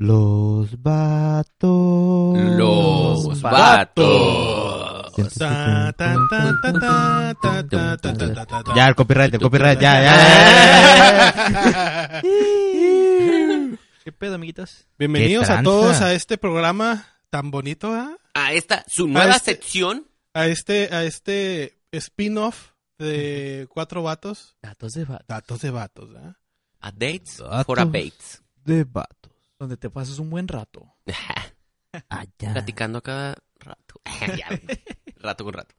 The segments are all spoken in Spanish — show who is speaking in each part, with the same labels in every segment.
Speaker 1: Los vatos.
Speaker 2: Los vatos.
Speaker 3: Ta, ta, ta, ta, ta, ta, ta, ta, ta, ta, ta, ta.
Speaker 1: Ya, el copyright, el copyright, ya, ya. ¿Qué pedo, amiguitos?
Speaker 3: Bienvenidos
Speaker 1: Qué
Speaker 3: a
Speaker 1: tranza.
Speaker 3: todos a este programa tan bonito, ¿ah?
Speaker 2: A esta, su nueva
Speaker 3: este-
Speaker 2: sección.
Speaker 3: A este, a este spin-off de cuatro vatos.
Speaker 4: Datos de vato.
Speaker 3: Datos de vatos, ¿ah?
Speaker 2: Updates
Speaker 1: Datos.
Speaker 2: for updates.
Speaker 1: De vatos.
Speaker 4: Donde te pasas un buen rato.
Speaker 1: Allá.
Speaker 2: Platicando cada rato. Ya, rato con rato.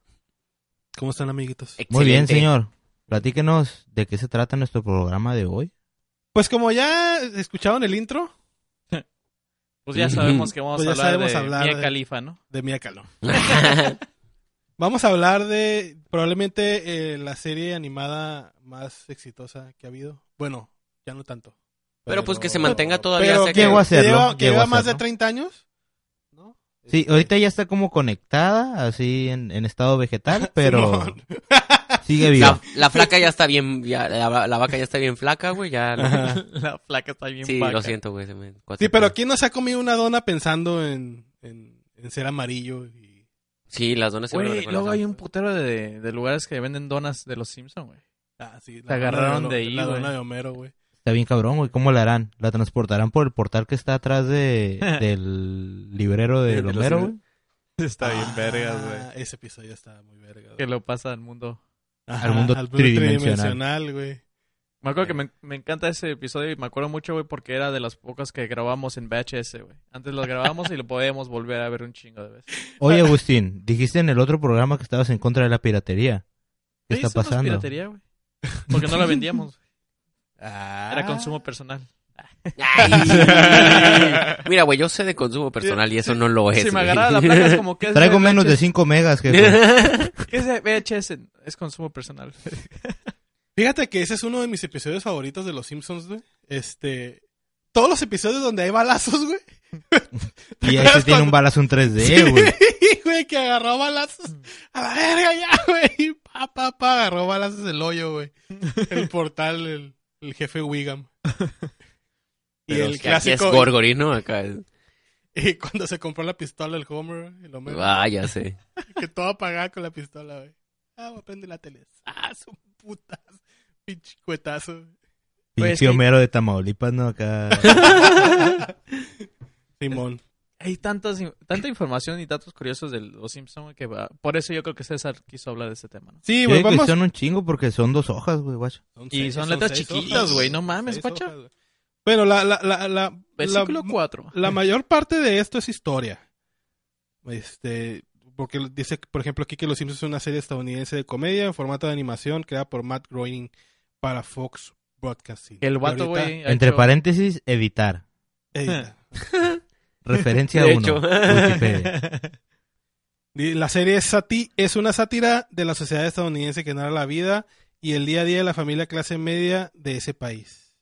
Speaker 3: ¿Cómo están, amiguitos?
Speaker 1: Muy bien,
Speaker 2: Excelente.
Speaker 1: señor. Platíquenos de qué se trata nuestro programa de hoy.
Speaker 3: Pues como ya escucharon el intro
Speaker 4: Pues ya sabemos que vamos
Speaker 3: Pues ya
Speaker 4: a hablar
Speaker 3: sabemos
Speaker 4: de
Speaker 3: hablar
Speaker 4: Mia
Speaker 3: de-
Speaker 4: Khalifa, ¿no?
Speaker 3: de Mia Kahlo. Vamos a hablar de probablemente eh, la serie animada más exitosa que ha habido. Bueno, ya no tanto.
Speaker 2: Pero pues que se mantenga todavía,
Speaker 3: Pero
Speaker 2: sé
Speaker 3: que-
Speaker 2: que- Llegó a
Speaker 1: hacerlo,
Speaker 3: que lleva- Que
Speaker 1: llegó a
Speaker 3: lleva más de
Speaker 1: hacerlo.
Speaker 3: 30 años. ¿no?
Speaker 1: Sí,
Speaker 3: Este,
Speaker 1: ahorita ya está como conectada, así en, en estado vegetal, pero
Speaker 3: Simón.
Speaker 1: sigue viva.
Speaker 2: La, la flaca ya está bien, ya, la, la vaca ya está bien flaca, güey, ya. no-
Speaker 4: La flaca está bien
Speaker 2: sí,
Speaker 4: vaca.
Speaker 2: lo siento, güey. se me-
Speaker 3: Sí, pero ¿quién no se ha comido una dona pensando en, en, en ser amarillo? Y...
Speaker 2: Sí, las donas siempre me
Speaker 4: Güey,
Speaker 2: recuerdan
Speaker 4: luego
Speaker 2: eso.
Speaker 4: hay un putero de, de lugares que venden donas de los Simpsons, güey.
Speaker 3: Ah, sí,
Speaker 4: Te
Speaker 3: dona
Speaker 4: agarraron
Speaker 3: Lo-
Speaker 4: de ahí,
Speaker 3: La
Speaker 4: güey.
Speaker 3: dona de Homero, güey.
Speaker 1: Está bien cabrón, güey. ¿Cómo la harán? ¿La transportarán por el portal que está atrás de, del librero de
Speaker 2: De los
Speaker 1: Romero,
Speaker 2: libros.
Speaker 1: güey?
Speaker 4: Está bien
Speaker 3: Ah,
Speaker 4: vergas, güey.
Speaker 3: Ese episodio está muy verga.
Speaker 4: Que
Speaker 3: güey.
Speaker 4: lo pasa al mundo.
Speaker 3: Ajá,
Speaker 1: al mundo
Speaker 3: tridimensional, güey.
Speaker 4: Me acuerdo que me, me encanta ese episodio y me acuerdo mucho, güey, porque era de las pocas que grabamos en VHS, güey. Antes lo grabamos y lo podíamos volver a ver un chingo de veces.
Speaker 1: Oye, Agustín, dijiste en el otro programa que estabas en contra de la piratería. ¿Qué
Speaker 4: Sí,
Speaker 1: está
Speaker 4: somos
Speaker 1: pasando?
Speaker 4: piratería, güey. Porque no la vendíamos. güey.
Speaker 3: Ah.
Speaker 4: Era consumo personal.
Speaker 2: Ay. Mira, güey, yo sé de consumo personal y eso no lo es.
Speaker 4: si me
Speaker 2: güey.
Speaker 4: agarraba la placa es como que es
Speaker 1: Traigo
Speaker 4: VHS.
Speaker 1: menos de 5 megas, jefe.
Speaker 4: ¿Qué es de VHS? Es consumo personal.
Speaker 3: Fíjate que ese es uno de mis episodios favoritos de Los Simpsons, güey. Este... Todos los episodios donde hay balazos, güey.
Speaker 1: y ese tiene un balazo en 3D,
Speaker 3: Pues
Speaker 1: güey.
Speaker 3: güey, que agarró balazos. A la verga ya, güey. Pa, pa, pa, agarró balazos el hoyo, güey. El portal, el, el jefe Wiggum. Y
Speaker 2: Pero
Speaker 3: el
Speaker 2: es que aquí es
Speaker 3: clásico.
Speaker 2: gorgorino acá. es-
Speaker 3: Y cuando se compró la pistola, el Homer, el Homero,
Speaker 2: Ah, ya sé.
Speaker 3: que todo apagaba con la pistola, güey. Ah, voy a prender la tele. Ah, son putas. Pinche cuetazo.
Speaker 4: Güey,
Speaker 1: Pinche
Speaker 4: es que-
Speaker 1: Homero de Tamaulipas, ¿no? Acá.
Speaker 3: Simón.
Speaker 4: Hay tantas, in- tanta información y datos curiosos de los Simpsons que va- por eso yo creo que César quiso hablar de este tema, ¿no?
Speaker 3: Sí,
Speaker 1: Yo
Speaker 3: güey,
Speaker 1: digo que
Speaker 3: vamos.
Speaker 1: son un chingo porque son dos hojas, güey, guacho.
Speaker 4: Y son letras chiquitas, güey, no mames, guacha.
Speaker 3: Bueno, la, la, la, la,
Speaker 4: Versículo
Speaker 3: la-
Speaker 4: 4.
Speaker 3: La mayor parte de esto es historia. Este, porque dice, por ejemplo, aquí que Los Simpsons es una serie estadounidense de comedia en formato de animación creada por Matt Groening para Fox Broadcasting.
Speaker 4: El
Speaker 3: Y
Speaker 4: vato,
Speaker 3: ahorita-
Speaker 4: güey. ha
Speaker 1: Entre
Speaker 4: hecho-
Speaker 1: paréntesis, editar.
Speaker 3: Edita.
Speaker 1: Referencia
Speaker 2: De
Speaker 1: 1.
Speaker 2: hecho.
Speaker 1: Wikipedia.
Speaker 3: Di- La serie es, sati- es una sátira de la sociedad estadounidense que narra la vida y el día a día de la familia clase media de ese país.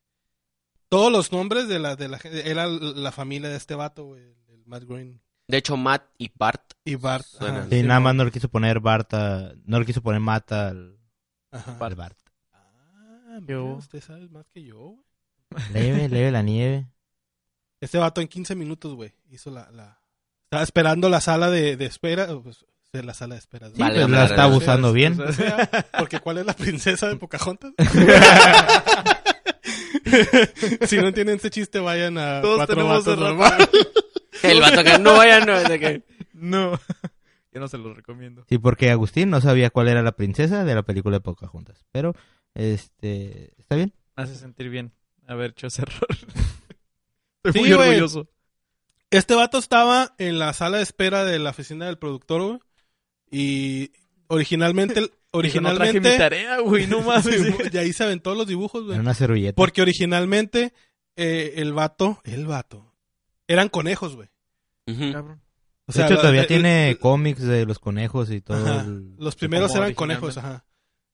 Speaker 3: Todos los nombres de la, de la gen- era la familia de este vato, güey, el Matt Groening.
Speaker 2: De hecho, Matt y Bart.
Speaker 3: Y Bart.
Speaker 2: Suena.
Speaker 1: Sí, nada más no le quiso poner Barta, no le quiso poner Mata al,
Speaker 3: Ajá.
Speaker 1: al Bart.
Speaker 3: Ah,
Speaker 4: Yo-
Speaker 3: mira, usted sabe más que yo, güey.
Speaker 1: Leve, leve la nieve.
Speaker 3: Este vato en 15 minutos, güey, hizo la, la- Estaba esperando la sala de, de espera, o, pues, de la sala de espera.
Speaker 1: Sí,
Speaker 2: Vale,
Speaker 1: pues,
Speaker 2: vale,
Speaker 1: la
Speaker 2: vale,
Speaker 1: está
Speaker 2: vale.
Speaker 1: abusando bien.
Speaker 3: O sea, porque ¿cuál es la princesa de Pocahontas? si no entienden este chiste, vayan a
Speaker 4: Todos
Speaker 3: cuatro vatos
Speaker 4: tenemos de rato.
Speaker 3: normal.
Speaker 2: El vato que no vayan, no. de que-
Speaker 4: No. Yo no se los recomiendo.
Speaker 1: Sí, porque Agustín no sabía cuál era la princesa de la película de Pocahontas. Pero, este, está bien.
Speaker 4: Me hace sentir bien haber hecho ese error.
Speaker 3: Sí,
Speaker 4: Estoy muy
Speaker 3: güey.
Speaker 4: orgulloso.
Speaker 3: Este vato estaba en la sala de espera de la oficina del productor, güey. Y originalmente...
Speaker 4: Dije, no traje mi
Speaker 3: originalmente...
Speaker 4: tarea, güey, no más.
Speaker 3: y ahí se aventó los dibujos, güey.
Speaker 1: Era una servilleta.
Speaker 3: Porque originalmente eh, el vato, el vato, eran conejos, güey.
Speaker 2: Ujú.
Speaker 4: Cabrón.
Speaker 3: O
Speaker 1: de hecho,
Speaker 3: la-
Speaker 1: todavía
Speaker 3: el-
Speaker 1: tiene
Speaker 3: el-
Speaker 1: cómics de los conejos y todo.
Speaker 3: Ajá.
Speaker 1: el-
Speaker 3: Los primeros
Speaker 4: como
Speaker 3: eran
Speaker 4: originalmente.
Speaker 3: conejos, ajá.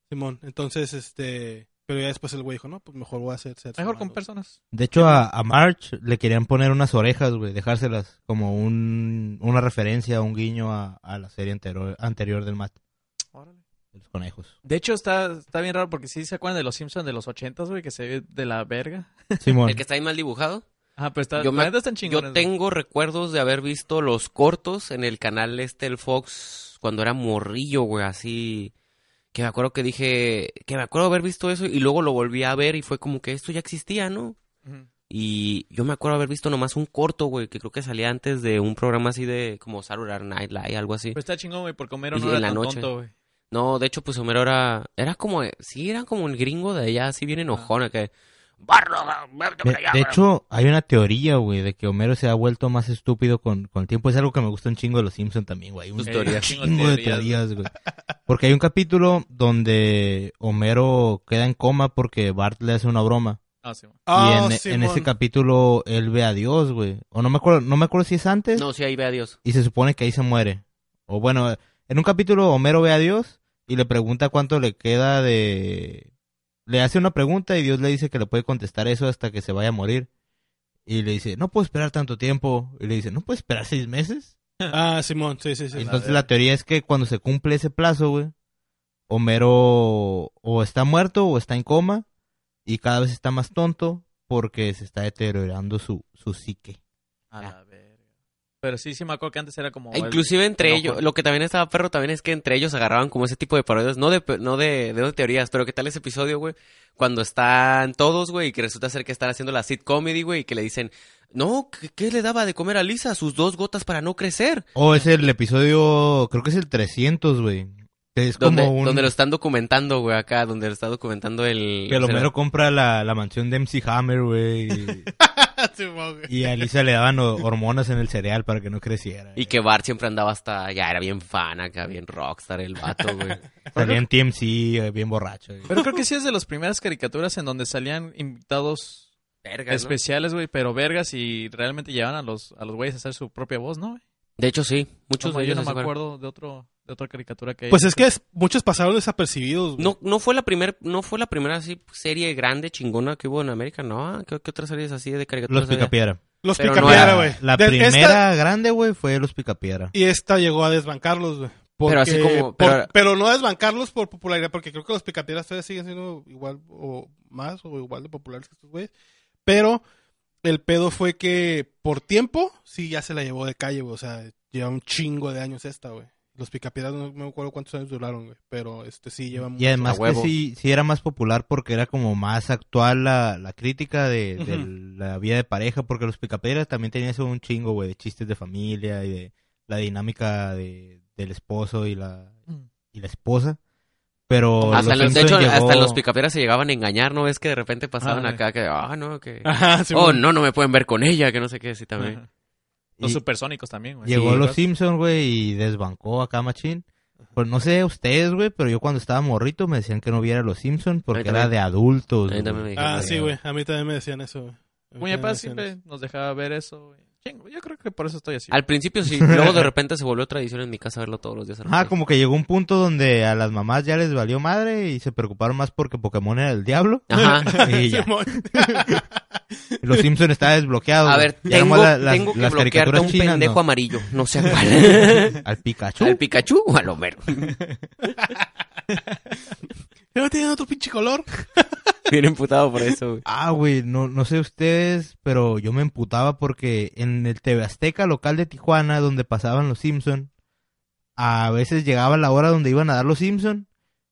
Speaker 3: Simón, entonces, este... Pero ya después el güey dijo, no, pues mejor voy a hacer... seres
Speaker 4: Mejor con
Speaker 3: humanos.
Speaker 4: personas.
Speaker 1: De hecho, a, a March le querían poner unas orejas, güey, dejárselas como un, una referencia, un guiño a, a la serie anterior, anterior del Matt,
Speaker 4: Órale.
Speaker 1: de los conejos.
Speaker 4: De hecho, está, está bien raro porque sí se acuerdan de los Simpsons de los 80 güey, que se ve de la verga.
Speaker 1: Simón,
Speaker 2: El que está ahí mal dibujado.
Speaker 4: Ah, pero está,
Speaker 2: Yo me-
Speaker 4: la neta están chingones.
Speaker 2: Yo
Speaker 4: güey.
Speaker 2: tengo recuerdos de haber visto los cortos en el canal este, el Fox, cuando era morrillo, güey, así. Que me acuerdo que dije, que me acuerdo haber visto eso y luego lo volví a ver y fue como que esto ya existía, ¿no?
Speaker 4: Ujú.
Speaker 2: Y yo me acuerdo haber visto nomás un corto, güey, que creo que salía antes de un programa así de como Saturday Night Live, algo así.
Speaker 4: Pero está chingón, güey, porque Homero
Speaker 2: Y
Speaker 4: no
Speaker 2: en
Speaker 4: era
Speaker 2: la
Speaker 4: tan
Speaker 2: noche.
Speaker 4: tonto, güey.
Speaker 2: No, de hecho, pues Homero era, era como, sí, era como el gringo de allá,
Speaker 4: Ah.
Speaker 2: así bien enojona, que... "Barro, vete
Speaker 1: de,
Speaker 2: para allá,
Speaker 1: de
Speaker 2: barro".
Speaker 1: hecho, hay una teoría, güey, de que Homero se ha vuelto más estúpido con, con el tiempo. Es algo que me gusta un chingo de los Simpsons también, güey. Un
Speaker 4: Sus
Speaker 1: un
Speaker 4: teorías.
Speaker 1: chingo de teorías, güey. Porque hay un capítulo donde Homero queda en coma porque Bart le hace una broma.
Speaker 4: Ah, sí, güey.
Speaker 3: Ah,
Speaker 1: y en, en
Speaker 3: Simón.
Speaker 1: ese capítulo él ve a Dios, güey. O no me acuerdo, no me acuerdo si es
Speaker 4: ¿Eh?
Speaker 1: antes.
Speaker 2: No, sí, ahí ve a Dios.
Speaker 1: y se supone que ahí se muere. O bueno, en un capítulo Homero ve a Dios y le pregunta cuánto le queda de... Le hace una pregunta y Dios le dice que le puede contestar eso hasta que se vaya a morir. Y le dice, no puedo esperar tanto tiempo. Y le dice, no puedo esperar seis meses.
Speaker 3: Ah, Simón, sí, sí, sí.
Speaker 1: Y entonces la teoría es que cuando se cumple ese plazo, güey, Homero o está muerto o está en coma y cada vez está más tonto porque se está deteriorando su, su psique.
Speaker 4: A la verga. Pero sí, sí me acuerdo que antes era como...
Speaker 2: Ah, Inclusive entre
Speaker 4: enojo.
Speaker 2: ellos, lo que también estaba perro también es que entre ellos agarraban como ese tipo de parodias, no de pe- no de, de teorías, pero qué tal ese episodio, güey, cuando están todos, güey, y que resulta ser que están haciendo la sit comedy, güey, y que le dicen, "No, ¿qué, qué le daba de comer a Lisa? Sus dos gotas para no crecer."
Speaker 1: Oh, es el episodio, creo que es el 300, güey. Que es
Speaker 2: Donde,
Speaker 1: como un...
Speaker 2: donde lo están documentando, güey, acá, donde lo está documentando el
Speaker 1: Que el
Speaker 2: o sea,
Speaker 1: Homero compra la, la mansión de MC Hammer, güey. y-
Speaker 3: Simón, güey.
Speaker 1: Y a Lisa le daban ho- hormonas en el cereal para que no creciera.
Speaker 2: y que Bart siempre andaba hasta ya era bien fan acá, bien rockstar el vato, güey.
Speaker 1: Salía en TMC eh, bien borracho. güey.
Speaker 4: Pero creo que sí es de las primeras caricaturas en donde salían invitados
Speaker 2: Verga, ¿no?
Speaker 4: especiales, güey, pero vergas y realmente llevaban a los a los güeyes a hacer su propia voz, ¿no? güey?
Speaker 2: De hecho sí, muchos
Speaker 4: Como
Speaker 2: de
Speaker 4: yo
Speaker 2: ellos
Speaker 4: no
Speaker 2: se
Speaker 4: me
Speaker 2: acuerdan.
Speaker 4: acuerdo de otro de otra caricatura que
Speaker 3: Pues es que es- muchos pasaron desapercibidos, güey.
Speaker 2: No, no fue la primer, no fue la primera así serie grande chingona que hubo en América, ¿no? ah, ¿Qué, qué otras series así de caricaturas?
Speaker 1: Los
Speaker 2: había?
Speaker 1: Picapiedra.
Speaker 3: Los
Speaker 2: pero no
Speaker 3: picapiedra,
Speaker 2: era-
Speaker 3: güey.
Speaker 1: La
Speaker 3: De-
Speaker 1: primera
Speaker 3: esta-
Speaker 1: grande, güey, fue Los Picapiedra.
Speaker 3: y esta llegó a desbancarlos, güey.
Speaker 2: Pero así
Speaker 3: Porque-
Speaker 2: como-
Speaker 3: por-
Speaker 2: pero-
Speaker 3: pero no desbancarlos por popularidad, porque creo que los picapiedras todavía siguen siendo igual o más o igual de populares que estos güeyes. Pero el pedo fue que por tiempo sí ya se la llevó de calle, güey. O sea, lleva un chingo de años esta, güey. Los picapiedras no me acuerdo cuántos años duraron, güey. Pero este sí lleva
Speaker 1: Y además que
Speaker 2: huevo.
Speaker 1: sí, sí era más popular porque era como más actual la, la crítica de, de
Speaker 3: Ujú.
Speaker 1: la vida de pareja, porque los picapiedras también tenían eso un chingo, güey, de chistes de familia y de la dinámica de, del esposo y la,
Speaker 4: Mm.
Speaker 1: y la esposa. Pero
Speaker 2: Hasta en los, de hecho,
Speaker 1: Simpson llegó-
Speaker 2: hasta en los Picapiedras se llegaban a engañar, ¿no? Es que de repente pasaban
Speaker 4: Ah,
Speaker 2: acá que, ah, no, que...
Speaker 3: Ajá, sí,
Speaker 2: oh,
Speaker 3: güey.
Speaker 2: no, no me pueden ver con ella, que no sé qué, sí también.
Speaker 4: Ajá. Los
Speaker 1: y-
Speaker 4: supersónicos también, güey.
Speaker 1: Llegó
Speaker 2: Sí,
Speaker 1: los
Speaker 2: vas.
Speaker 1: Simpsons, güey, y desbancó acá machín. Pues no sé ustedes, güey, pero yo cuando estaba morrito me decían que no viera los Simpsons porque era
Speaker 2: también.
Speaker 1: de adultos.
Speaker 2: A mí también
Speaker 1: güey.
Speaker 2: me dijeron
Speaker 3: Ah,
Speaker 2: que
Speaker 3: sí, güey. A mí también me decían eso, güey. A mí
Speaker 4: Mi
Speaker 3: también me
Speaker 4: papá
Speaker 3: decían
Speaker 4: siempre nos dejaba ver eso, güey. Chingo, yo creo que por eso estoy así.
Speaker 2: Al principio sí, luego de repente se volvió tradición en mi casa verlo todos los días. a la
Speaker 1: Ah,
Speaker 2: noche.
Speaker 1: como que llegó un punto donde a las mamás ya les valió madre y se preocuparon más porque Pokémon era el diablo.
Speaker 2: Ajá.
Speaker 1: Y
Speaker 3: eso.
Speaker 1: ya.
Speaker 3: Simón.
Speaker 1: Los Simpsons está desbloqueado.
Speaker 2: A
Speaker 1: güey.
Speaker 2: ver,
Speaker 1: Ya
Speaker 2: tengo,
Speaker 1: nomás la- las-
Speaker 2: tengo que
Speaker 1: las
Speaker 2: bloquearte a
Speaker 1: caricaturas
Speaker 2: un
Speaker 1: chinas,
Speaker 2: pendejo
Speaker 1: no.
Speaker 2: amarillo, no sé a cuál.
Speaker 1: Al Pikachu.
Speaker 2: ¿Al Pikachu o al Homero?
Speaker 3: ¿No tienen otro pinche color?
Speaker 2: Bien emputado por eso, güey.
Speaker 1: Ah, güey, no, no sé ustedes, pero yo me emputaba porque en el TV Azteca local de Tijuana, donde pasaban los Simpson, a veces llegaba la hora donde iban a dar los Simpson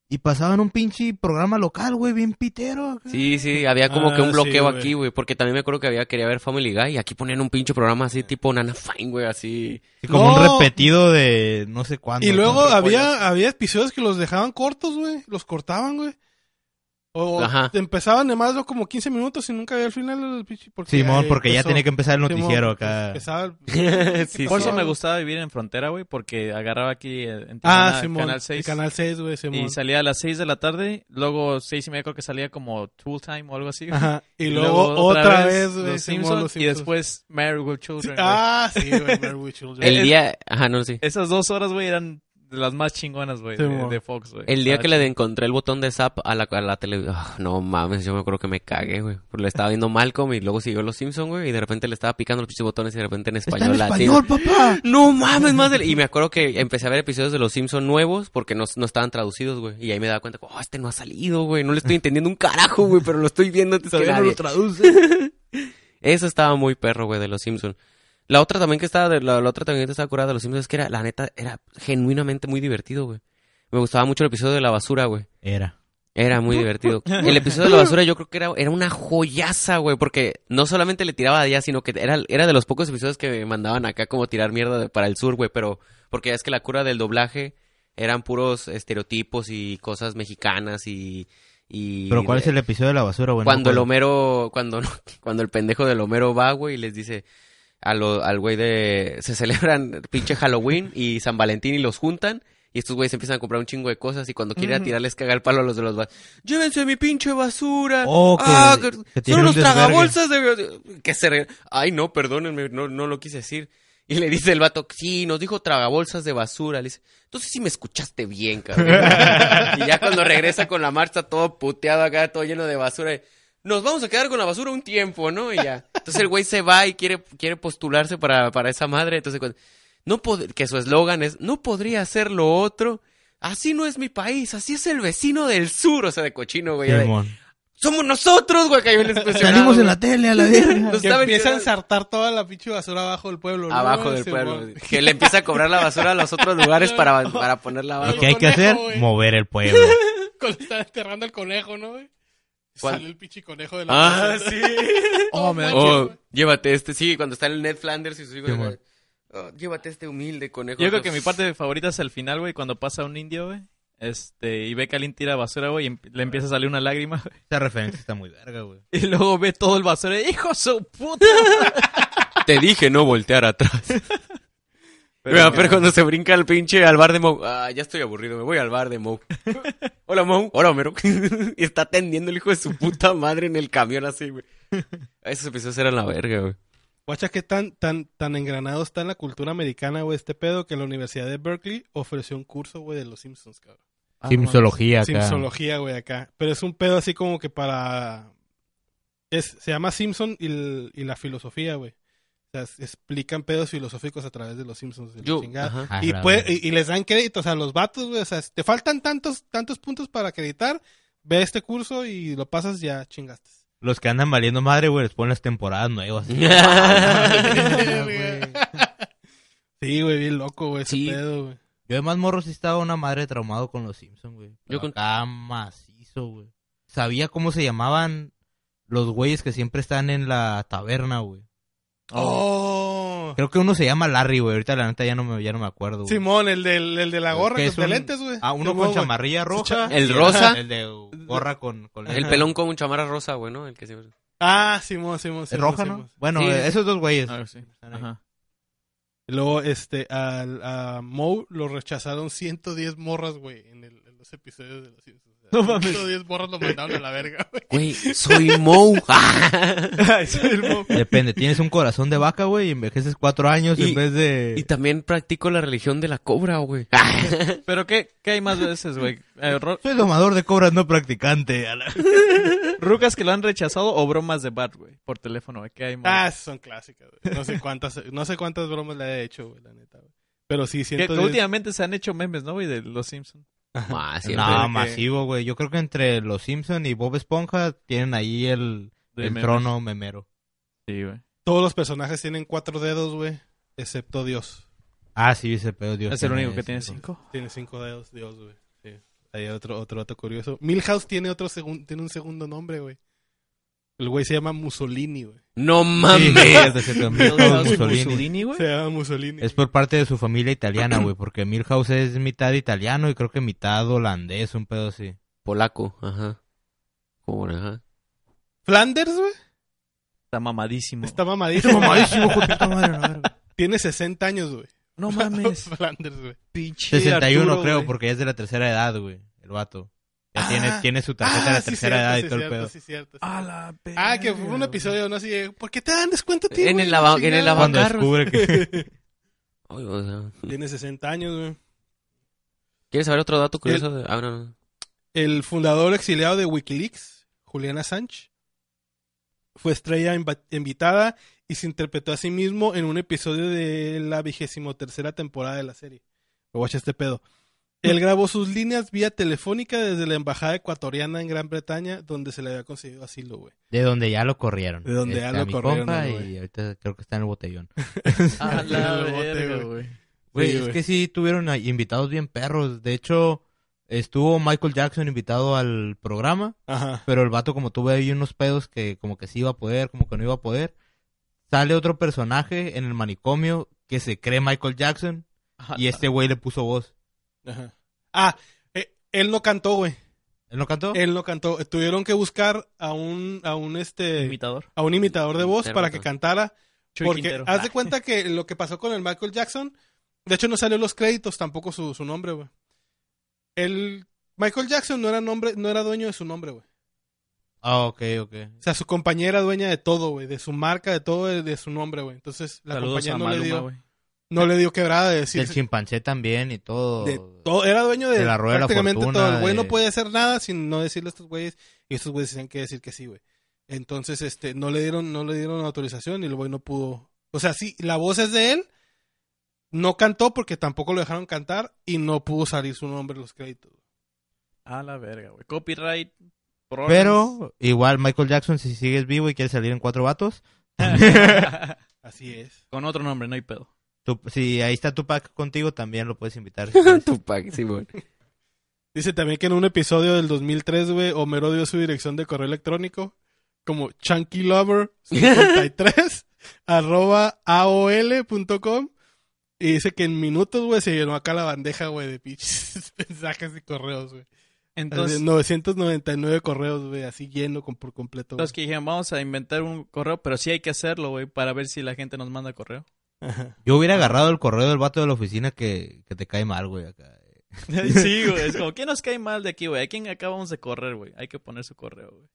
Speaker 1: y pasaban un pinche programa local, güey, bien pitero. acá.
Speaker 2: Sí, sí, había como que
Speaker 3: Ah,
Speaker 2: un
Speaker 3: sí,
Speaker 2: bloqueo
Speaker 3: güey.
Speaker 2: aquí, güey, porque también me acuerdo que había quería ver Family Guy y aquí ponían un pinche programa así tipo Nana Fine, güey, así.
Speaker 1: Sí, como
Speaker 3: No.
Speaker 1: un repetido de no sé cuándo.
Speaker 3: Y luego
Speaker 1: ¿no?
Speaker 3: había, había episodios que los dejaban cortos, güey. Los cortaban, güey. O
Speaker 2: Ajá.
Speaker 3: te empezaban nomás ¿no? como 15 minutos y nunca había el final del pinche- Porque
Speaker 1: Simón,
Speaker 3: ahí
Speaker 1: porque ya
Speaker 3: empezó.
Speaker 1: tenía que empezar el
Speaker 3: Simón,
Speaker 1: noticiero
Speaker 3: porque
Speaker 1: acá.
Speaker 3: empezaba el-
Speaker 2: Sí,
Speaker 4: Por
Speaker 2: sí.
Speaker 4: eso me gustaba vivir en frontera, güey, porque agarraba aquí eh, en
Speaker 3: Ah,
Speaker 4: Tijuana,
Speaker 3: Simón.
Speaker 4: Canal 6
Speaker 3: El Canal 6, güey, Simón.
Speaker 4: y salía a las 6 de la tarde, luego 6 y media creo que salía como Tool Time o algo así. güey.
Speaker 3: Ajá. Y, luego, otra vez, güey,
Speaker 4: los
Speaker 3: Simón,
Speaker 4: Simpsons,
Speaker 3: los
Speaker 4: y
Speaker 3: Simpsons.
Speaker 4: después Married with
Speaker 3: Sí,
Speaker 4: Children. güey.
Speaker 3: Ah, sí, güey, Married with Children.
Speaker 2: El día, ajá, no, sí.
Speaker 4: Esas dos horas, güey, eran de las más chingonas, güey, de,
Speaker 3: Simón.
Speaker 4: de Fox, güey.
Speaker 3: Ah,
Speaker 2: El día
Speaker 4: Estaba
Speaker 2: que le
Speaker 4: chido.
Speaker 2: encontré el botón de zap a la, a la tele... ah, no mames, yo me acuerdo que me cagué, güey. Porque le estaba viendo Malcolm y luego siguió Los Simpsons, güey. Y de repente le estaba picando los pinches botones y de repente en español... latino.
Speaker 1: papá!
Speaker 2: No mames, madre. Y me acuerdo que empecé a ver episodios de Los Simpsons nuevos porque no, no estaban traducidos, güey. Y ahí me daba cuenta, oh, este no ha salido, güey. No le estoy entendiendo un carajo, güey, pero lo estoy viendo antes que
Speaker 1: Todavía no
Speaker 2: nadie.
Speaker 1: lo traduce.
Speaker 2: Eso estaba muy perro, güey, de Los Simpsons. La otra también que estaba, de, la, la otra también que estaba curada de Los Simpsons es que era, la neta, era genuinamente muy divertido, güey. Me gustaba mucho el episodio de la basura, güey.
Speaker 1: Era.
Speaker 2: Era muy divertido. El episodio de la basura yo creo que era, era una joyaza, güey, porque no solamente le tiraba allá, sino que era, era de los pocos episodios que me mandaban acá como tirar mierda de- para el sur, güey, pero porque es que la cura del doblaje eran puros estereotipos y cosas mexicanas y... y
Speaker 1: Pero ¿cuál es el episodio de la basura, güey? No
Speaker 2: cuando el
Speaker 1: me acuerdo.
Speaker 2: Homero, cuando, cuando el pendejo del Homero va, güey, y les dice a lo- al güey de... Se celebran pinche Halloween y San Valentín y los juntan. Y estos güeyes empiezan a comprar un chingo de cosas y cuando quieren tirarles cagar el palo a los de los va Llévense mi pinche basura.
Speaker 1: Oh, que-
Speaker 2: ah,
Speaker 1: que
Speaker 2: que-
Speaker 1: tiene
Speaker 2: son
Speaker 1: un
Speaker 2: los
Speaker 1: desvergue.
Speaker 2: tragabolsas de... Que se... re- Ay, no, perdónenme, no, no lo quise decir. Y le dice el vato, sí, nos dijo tragabolsas de basura. Le dice, entonces sí me escuchaste bien, cabrón. y ya cuando regresa con la marcha todo puteado acá, todo lleno de basura. y, Nos vamos a quedar con la basura un tiempo, ¿no? Y ya. Entonces el güey se va y quiere, quiere postularse para, para esa madre. Entonces, cuando- no pod- que su eslogan es, no podría hacer lo otro. Así no es mi país, así es el vecino del sur, o sea, de cochino, güey. de,
Speaker 1: Simón.
Speaker 2: Somos nosotros, güey, que yo les impresionaba,
Speaker 1: Salimos en
Speaker 2: güey.
Speaker 1: la tele a la verga.
Speaker 2: Nos
Speaker 3: Que
Speaker 2: estaba
Speaker 3: empieza a
Speaker 2: diciendo-
Speaker 3: ensartar toda la pinche basura abajo del pueblo. ¿no?
Speaker 2: Abajo del
Speaker 3: Simón.
Speaker 2: pueblo. Que le empieza a cobrar la basura a los otros lugares para, para ponerla
Speaker 1: ¿Y
Speaker 2: abajo.
Speaker 1: qué hay que
Speaker 3: Conejo,
Speaker 1: hacer?
Speaker 3: güey.
Speaker 1: Mover el pueblo.
Speaker 3: Cuando está enterrando el conejo, ¿no, güey?
Speaker 2: ¿Cuál?
Speaker 3: Sale el pinche conejo de la
Speaker 2: Ah,
Speaker 3: basura.
Speaker 2: sí.
Speaker 4: Oh, me da
Speaker 3: Todo
Speaker 2: Oh,
Speaker 3: manchado,
Speaker 2: llévate este. Sí, cuando está el Ned Flanders y sus hijos.
Speaker 1: Sí, bueno.
Speaker 2: "Oh, llévate este humilde conejo.
Speaker 4: Yo creo que mi parte favorita es el final, güey, cuando pasa un indio, güey. Este, y ve que alguien tira basura, güey, y em- le empieza a salir una lágrima, güey.
Speaker 1: Esta referencia está muy verga, güey.
Speaker 4: Y luego ve todo el basura, y, hijo de su puta.
Speaker 2: Te dije no voltear atrás. Pero, cuando se brinca al pinche al bar de Moe. Ah, ya estoy aburrido, me voy al bar de Moe. Hola Moe, hola Homero. y está atendiendo el hijo de su puta madre en el camión así, güey. Esos episodios eran la verga, güey.
Speaker 3: Guacha, que tan, tan, tan engranado está en la cultura americana, güey, este pedo, que la Universidad de Berkeley ofreció un curso, güey, de los Simpsons, cabrón.
Speaker 2: Ah,
Speaker 1: Simsología acá.
Speaker 3: Simpsología, güey, acá. Pero es un pedo así como que para... Es, se llama Simpson y, l- y la filosofía, güey. O sea, se explican pedos filosóficos a través de los Simpsons. de la
Speaker 2: Yo,
Speaker 3: chingada.
Speaker 2: ajá.
Speaker 1: Ah,
Speaker 3: y,
Speaker 1: la
Speaker 3: pues,
Speaker 1: verga.
Speaker 3: y, y les dan créditos a los vatos, güey. O sea, si te faltan tantos, tantos puntos para acreditar, ve este curso y lo pasas, ya chingaste.
Speaker 1: Los que andan valiendo madre, güey, les ponen las temporadas nuevas.
Speaker 3: sí, güey, bien loco, güey, ese
Speaker 2: Sí.
Speaker 3: pedo, güey.
Speaker 1: Yo además, morro, sí estaba una madre traumado con los Simpsons, güey.
Speaker 2: Yo
Speaker 1: Yo
Speaker 2: con-
Speaker 1: acá macizo, güey. Sabía cómo se llamaban los güeyes que siempre están en la taberna, güey.
Speaker 3: Oh.
Speaker 1: Creo que uno se llama Larry, güey. Ahorita la neta ya no me, ya no me acuerdo, güey.
Speaker 3: Simón, el, del, el de la gorra
Speaker 1: Que es
Speaker 3: con
Speaker 1: un-
Speaker 3: lentes, güey.
Speaker 1: Ah, uno
Speaker 3: Simón,
Speaker 1: con
Speaker 3: güey.
Speaker 1: chamarrilla roja.
Speaker 2: El
Speaker 1: y
Speaker 2: rosa.
Speaker 1: El de gorra con... con
Speaker 2: El pelón con un chamarra rosa, güey, ¿no? El que siempre-
Speaker 3: Ah, Simón, Simón,
Speaker 1: Es
Speaker 3: Simón.
Speaker 1: roja, ¿no?
Speaker 3: Simón.
Speaker 1: Bueno, eh,
Speaker 2: Sí, sí.
Speaker 1: esos dos güeyes.
Speaker 4: Ah, sí. Ajá.
Speaker 3: Y luego, este, al, a Moe lo rechazaron 110 morras, güey, en, el- en los episodios de los Simpsons.
Speaker 1: No mames.
Speaker 3: 110 morras lo mandaron a la verga, güey.
Speaker 2: Güey, soy Moe.
Speaker 1: Depende, tienes un corazón de vaca, güey, y envejeces cuatro años
Speaker 2: Y-
Speaker 1: en vez de...
Speaker 2: y también practico la religión de la cobra, güey.
Speaker 4: Pero, ¿qué, qué hay más veces, güey? Eh, ro-
Speaker 1: Soy domador de cobras no practicante. a la-
Speaker 4: ¿Rucas que lo han rechazado o bromas de Bart, güey? Por teléfono, güey. ¿Qué hay más?
Speaker 3: Ah, esas son clásicas, güey. No sé cuántas, no sé cuántas bromas le he hecho, güey, la neta, güey. Pero sí,
Speaker 4: Que- que
Speaker 3: 110.
Speaker 4: últimamente se han hecho memes, ¿no, güey? De los Simpsons.
Speaker 2: Ah, siempre.
Speaker 1: No,
Speaker 4: que-
Speaker 1: masivo, güey. Yo creo que entre los Simpson y Bob Esponja tienen ahí el,
Speaker 4: De
Speaker 1: el
Speaker 4: memes.
Speaker 1: trono memero.
Speaker 4: Sí, güey.
Speaker 3: Todos los personajes tienen cuatro dedos, güey, excepto Dios.
Speaker 1: Ah, sí, ese pedo, Dios.
Speaker 4: Es el único que tiene cinco.
Speaker 3: Tiene cinco dedos, Dios, güey. Sí. Hay otro, otro dato curioso. Milhouse tiene otro segun- tiene un segundo nombre, güey. El güey se llama Mussolini, güey.
Speaker 2: No
Speaker 1: Sí,
Speaker 2: mames.
Speaker 1: es de 7000 con Mussolini.
Speaker 4: Mussolini, güey.
Speaker 3: Se llama Mussolini.
Speaker 1: Es por parte de su familia italiana, güey, porque Milhouse es mitad italiano y creo que mitad holandés, un pedo así.
Speaker 2: Polaco, ajá. pobre, ajá.
Speaker 3: Flanders, güey.
Speaker 4: Está mamadísimo.
Speaker 3: Está mamadísimo. Tiene 60 años, güey.
Speaker 4: No mames.
Speaker 3: Flanders, güey.
Speaker 4: Pinche
Speaker 1: 61
Speaker 4: Arturo,
Speaker 1: creo,
Speaker 4: güey.
Speaker 1: porque ya es de la tercera edad, güey. El vato. Ya
Speaker 3: Ah,
Speaker 1: tiene, tiene su tarjeta de la
Speaker 3: sí,
Speaker 1: tercera
Speaker 3: cierto,
Speaker 1: edad
Speaker 3: sí,
Speaker 1: y todo el
Speaker 3: cierto,
Speaker 1: pedo.
Speaker 3: sí, cierto, sí.
Speaker 4: A la
Speaker 3: Ah, que fue
Speaker 4: verga,
Speaker 3: un
Speaker 4: güey.
Speaker 3: episodio, no sé, ¿por qué te dan descuento a ti,
Speaker 2: En
Speaker 3: güey?
Speaker 2: el lava- en el
Speaker 3: Chingada.
Speaker 2: lava-
Speaker 1: Cuando descubre que...
Speaker 2: Ay, o sea,
Speaker 3: Tiene 60 años, güey.
Speaker 2: ¿Quieres saber otro dato curioso? de- Ah, no, no.
Speaker 3: El fundador exiliado de Wikileaks, Julian Assange, fue estrella inva- invitada y se interpretó a sí mismo en un episodio de la vigésimo tercera temporada de la serie. Watch este pedo. Él grabó sus líneas vía telefónica desde la embajada ecuatoriana en Gran Bretaña, donde se le había conseguido asilo, güey.
Speaker 1: De donde ya lo corrieron.
Speaker 3: De donde ya
Speaker 1: Este, a
Speaker 3: lo
Speaker 1: mi
Speaker 3: corrieron,
Speaker 1: compa,
Speaker 3: güey.
Speaker 1: y ahorita creo que está en el botellón.
Speaker 4: A Ah, la
Speaker 3: El bote,
Speaker 4: verga,
Speaker 3: güey.
Speaker 4: güey.
Speaker 1: Güey,
Speaker 3: Sí,
Speaker 1: es
Speaker 3: güey.
Speaker 1: que sí tuvieron a- invitados bien perros. De hecho, estuvo Michael Jackson invitado al programa,
Speaker 3: Ajá.
Speaker 1: pero el vato como tuve ahí unos pedos que como que sí iba a poder, como que no iba a poder. Sale otro personaje en el manicomio que se cree Michael Jackson
Speaker 4: Ajá.
Speaker 1: y este güey le puso voz.
Speaker 3: Ajá. Ah, eh, él no cantó, güey.
Speaker 1: ¿Él no cantó?
Speaker 3: Él no cantó. Tuvieron que buscar a un, a un este,
Speaker 4: Imitador.
Speaker 3: a un imitador de voz
Speaker 2: Intérprete.
Speaker 3: para que cantara.
Speaker 4: Chuy
Speaker 3: Porque
Speaker 4: Quintero.
Speaker 3: haz de cuenta que lo que pasó con el Michael Jackson, de hecho no salió los créditos tampoco su, su nombre, güey. El Michael Jackson no era nombre, no era dueño de su nombre, güey.
Speaker 1: Ah, ok, ok.
Speaker 3: O sea, su compañera era dueña de todo, güey, de su marca, de todo, de, de su nombre, güey. Entonces, la
Speaker 4: Saludos
Speaker 3: compañía
Speaker 4: a
Speaker 3: no le
Speaker 4: Maluma,
Speaker 3: dio,
Speaker 4: güey.
Speaker 3: no le dio quebrada de decir
Speaker 1: Del chimpancé también y todo.
Speaker 3: de todo, era dueño de,
Speaker 1: de la rueda de la
Speaker 3: prácticamente
Speaker 1: fortuna,
Speaker 3: todo. El güey
Speaker 1: de-
Speaker 3: no puede hacer nada sin no decirle a estos güeyes y estos güeyes tenían que decir que sí, güey. Entonces, este, no le dieron, no le dieron autorización y el güey no pudo. O sea, sí, la voz es de él. No cantó porque tampoco lo dejaron cantar y no pudo salir su nombre en los créditos.
Speaker 4: A la verga, güey. Copyright.
Speaker 1: Pero igual Michael Jackson, si sigues vivo y quieres salir en cuatro vatos,
Speaker 4: problemas.
Speaker 3: Así es.
Speaker 4: Con otro nombre, no hay pedo.
Speaker 1: tú- si ahí está Tupac contigo, también lo puedes invitar. si quieres.
Speaker 2: Tupac, sí, güey.
Speaker 3: Dice también que en un episodio del 2003, güey, Homero dio su dirección de correo electrónico como chunkylover53 arroba aol.com y dice que en minutos, güey, se llenó acá la bandeja, güey, de pinches mensajes y correos, güey.
Speaker 4: Entonces,
Speaker 3: Entonces, 999 correos, güey, así lleno con, por completo. güey.
Speaker 4: entonces que dijeron, vamos a inventar un correo, pero sí hay que hacerlo, güey, para ver si la gente nos manda correo.
Speaker 3: Ajá.
Speaker 1: Yo hubiera agarrado el correo del vato de la oficina que, que te cae mal, güey. Acá.
Speaker 4: sí, güey. Es como, ¿quién nos cae mal de aquí, güey? ¿A quién acabamos de correr, güey? Hay que poner su correo, güey. Acá,